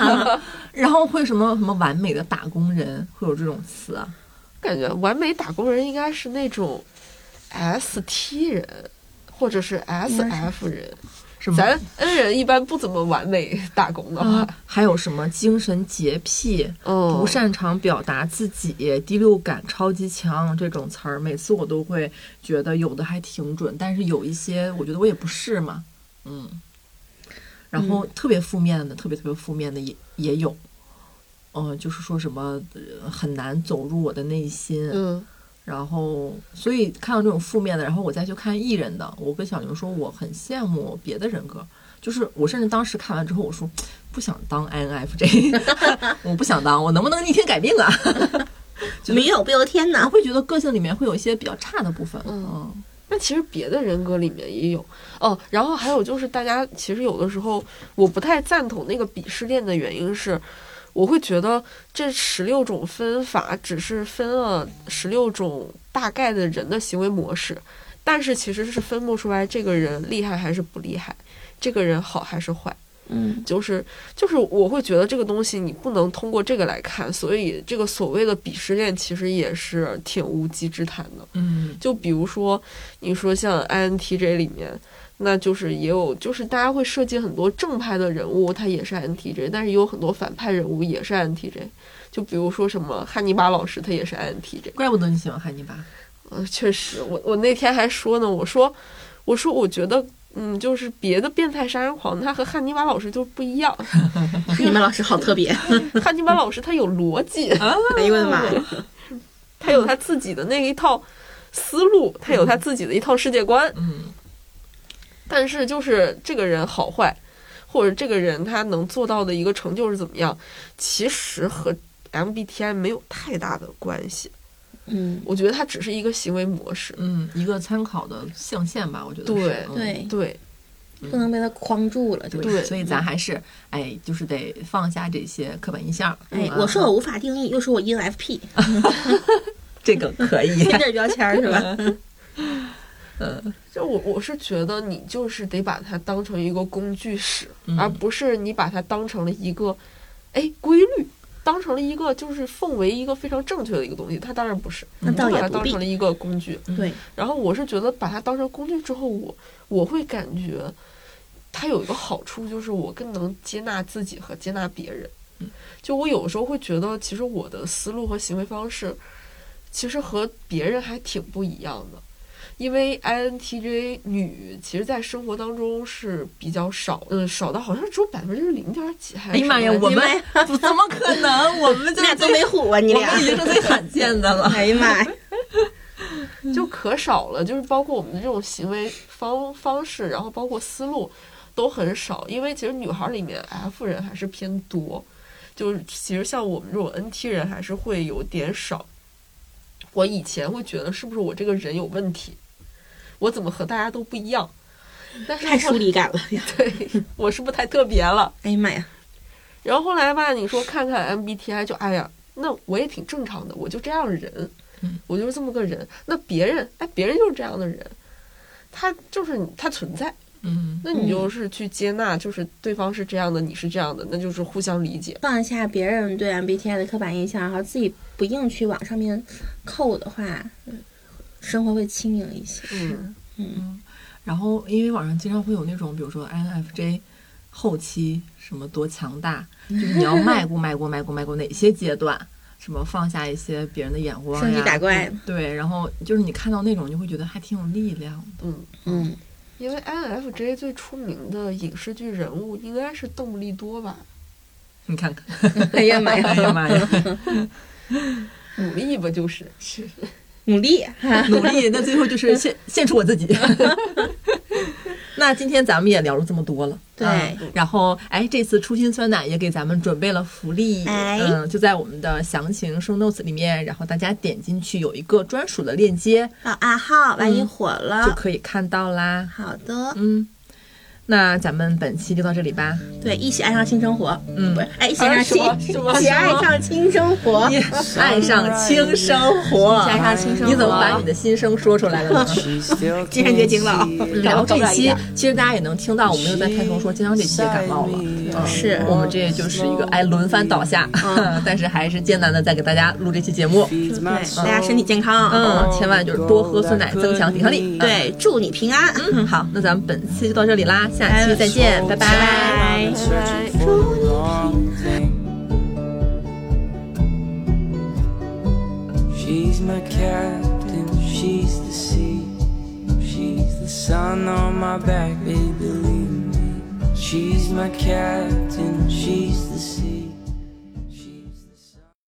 Speaker 1: (laughs) 然后会什么什么完美的打工人，会有这种词啊，
Speaker 2: 感觉完美打工人应该是那种 ST 人。或者是 S F 人，
Speaker 1: 什么
Speaker 2: 咱 N 人一般不怎么完美打工的话
Speaker 1: 啊，，还有什么精神洁癖，
Speaker 2: 嗯，
Speaker 1: 不擅长表达自己，第六感超级强这种词儿，每次我都会觉得有的还挺准，但是有一些我觉得我也不是嘛，嗯。然后特别负面的，特别特别负面的也也有，嗯、就是说什么呃很难走入我的内心，
Speaker 2: 嗯，
Speaker 1: 然后所以看到这种负面的，然后我再去看艺人的，我跟小牛说我很羡慕别的人格，就是我甚至当时看完之后我说不想当 INFJ，我不 (laughs) 想当，我能不能逆天改命啊？就是
Speaker 3: 没有不由天
Speaker 1: 我
Speaker 3: 呐。
Speaker 1: 会觉得个性里面会有一些比较差的部分，
Speaker 2: 嗯
Speaker 1: 嗯
Speaker 2: 那其实别的人格里面也有哦。然后还有就是，大家其实有的时候我不太赞同那个鄙视链的原因是，我会觉得这十六种分法只是分了十六种大概的人的行为模式，但是其实是分不出来这个人厉害还是不厉害，这个人好还是坏。
Speaker 3: 嗯，
Speaker 2: 就是就是我会觉得这个东西你不能通过这个来看，所以这个所谓的鄙视链其实也是挺无稽之谈的。
Speaker 1: 嗯
Speaker 2: 就比如说，你说像 INTJ 里面，那就是也有，就是大家会设计很多正派的人物，他也是 INTJ，但是也有很多反派人物也是 INTJ。就比如说什么汉尼拔老师，他也是 INTJ。
Speaker 1: 怪不得你喜欢汉尼拔，
Speaker 2: 嗯，确实，我我那天还说呢，我说我说我觉得，嗯，就是别的变态杀人狂，他和汉尼拔老师就不一样。
Speaker 3: (laughs) 你们老师好特别，
Speaker 2: 汉尼拔老师他有逻辑，
Speaker 1: 啊
Speaker 3: 哎呦我的妈呀！
Speaker 2: 他有他自己的那一套思路，他有他自己的一套世界观。
Speaker 1: 嗯，
Speaker 2: 但是就是这个人好坏，或者这个人他能做到的一个成就是怎么样，其实和 MBTI 没有太大的关系。
Speaker 3: 嗯，
Speaker 2: 我觉得它只是一个行为模式。
Speaker 1: 嗯，一个参考的象限吧，我觉得是
Speaker 2: 对
Speaker 1: 嗯
Speaker 3: 对，
Speaker 2: 对，
Speaker 3: 不能被他框住了，就是。
Speaker 2: 对
Speaker 1: 所以咱还是哎，就是得放下这些刻板印象。
Speaker 3: 哎，
Speaker 1: 嗯
Speaker 3: 我说我无法定义，又说我 (laughs) ENFP，
Speaker 1: 这个可以，
Speaker 3: 贴着标签 (laughs) 儿是吧？
Speaker 2: 就我我是觉得你就是得把它当成一个工具使，
Speaker 1: 嗯
Speaker 2: 而不是你把它当成了一个哎规律。当成了一个就是奉为一个非常正确的一个东西，它当然不是，
Speaker 3: 那
Speaker 2: 就
Speaker 3: 倒
Speaker 2: 把
Speaker 3: 也
Speaker 2: 它
Speaker 3: 不
Speaker 2: 当
Speaker 3: 必
Speaker 2: 成了一个工具。
Speaker 3: (laughs) 对，
Speaker 2: 然后我是觉得把它当成工具之后，我我会感觉它有一个好处，就是我更能接纳自己和接纳别人。
Speaker 1: 嗯
Speaker 2: 就我有时候会觉得，其实我的思路和行为方式，其实和别人还挺不一样的。因为 INTJ 女，其实，在生活当中是比较少，嗯，少的好像只有百分之零点几还
Speaker 1: 哎
Speaker 2: 是
Speaker 1: 呀
Speaker 2: 什么
Speaker 1: 妈
Speaker 2: 来着。
Speaker 1: 呀，我们
Speaker 3: 你们
Speaker 1: 不怎么可能？我们 (laughs)
Speaker 3: 你
Speaker 1: 就
Speaker 3: 俩
Speaker 1: 是
Speaker 3: 都
Speaker 1: 最，
Speaker 3: 没唬我，你
Speaker 1: 我
Speaker 3: 俩。
Speaker 1: 们已经是最罕见的了。
Speaker 3: 哎呀妈 (laughs) 呀！嗯
Speaker 2: 就可少了，就是包括我们的这种行为方方式，然后包括思路都很少，因为其实女孩里面 F 人还是偏多，就是其实像我们这种 NT 人还是会有点少。我以前会觉得是不是我这个人有问题，我怎么和大家都不一样？但是
Speaker 3: 太疏
Speaker 2: 后
Speaker 3: 离感了。
Speaker 2: 对我是不是太特别了？
Speaker 3: 哎呀妈呀！
Speaker 2: 然后后来吧，你说看看 MBTI 就哎呀，那我也挺正常的，我就这样人
Speaker 1: 嗯，
Speaker 2: 我就是这么个人。那别人哎，别人就是这样的人，他就是你他存在，
Speaker 1: (laughs) 嗯，
Speaker 2: 那你就是去接纳，就是对方是这样的，你是这样的，那就是互相理解。
Speaker 3: 放下别人对 MBTI 的刻板印象，然后自己不硬去往上面扣的话，嗯生活会轻盈一些。
Speaker 2: 嗯，
Speaker 3: 嗯，
Speaker 1: 然后因为网上经常会有那种，比如说 INFJ 后期什么多强大，就是你要迈过迈过迈过迈过哪些阶段，什么放下一些别人的眼光呀嗯
Speaker 3: 升级打怪。
Speaker 1: 对，然后就是你看到那种，你就会觉得还挺有力量的。
Speaker 2: 嗯，
Speaker 3: 嗯，
Speaker 2: 因为 INFJ 最出名的影视剧人物应该是邓布利多吧？
Speaker 1: 你看看，
Speaker 3: 哎呀妈
Speaker 1: (laughs) 哎呀
Speaker 3: (laughs) 呀！
Speaker 1: 妈呀，
Speaker 2: 努力吧，就是是。
Speaker 3: 努力 (laughs) 哈。
Speaker 1: 努力，那最后就是
Speaker 3: (laughs)
Speaker 1: 献献出我自己。那今天咱们也聊了这么多了，
Speaker 3: 对
Speaker 1: 嗯然后哎，这次初心酸奶也给咱们准备了福利，
Speaker 3: 哎
Speaker 1: 嗯，就在我们的详情 show notes 里面，然后大家点进去有一个专属的链接，
Speaker 3: 报暗号，啊万一火了。
Speaker 1: 就可以看到啦。
Speaker 3: 好的，
Speaker 1: 嗯，那咱们本期就到这里
Speaker 3: (laughs)
Speaker 1: 吧。
Speaker 3: 对，一起爱上新生活。
Speaker 1: 嗯
Speaker 3: 不是，哎，一起爱上新
Speaker 2: 啊什么什
Speaker 3: (laughs)
Speaker 2: 么，
Speaker 3: 一起爱上新生活，一
Speaker 1: 爱上轻生活，
Speaker 3: 起爱上新生活。
Speaker 1: 你怎么把你的心声说出来了 (laughs) 呢？
Speaker 4: 精神结晶了，
Speaker 1: 然后这期其实大家也能听到，我们又在开头说金阳这期也感冒了，嗯
Speaker 3: 是
Speaker 1: 我们这就是一个哎轮番倒下，但是还是艰难的在给大家录这期节目。
Speaker 4: 对，
Speaker 3: 对，大家身体健康。
Speaker 1: 嗯，千万就是多喝酸奶，增强抵抗力。嗯，
Speaker 3: 对，祝你平安。
Speaker 1: 嗯，好，那咱们本期就到这里啦，下期再见，拜拜。
Speaker 3: 拜拜
Speaker 4: searching for the wrong thing. She's my captain, she's the sea, she's the sun on my back, baby, believe me. She's my captain, she's the sea.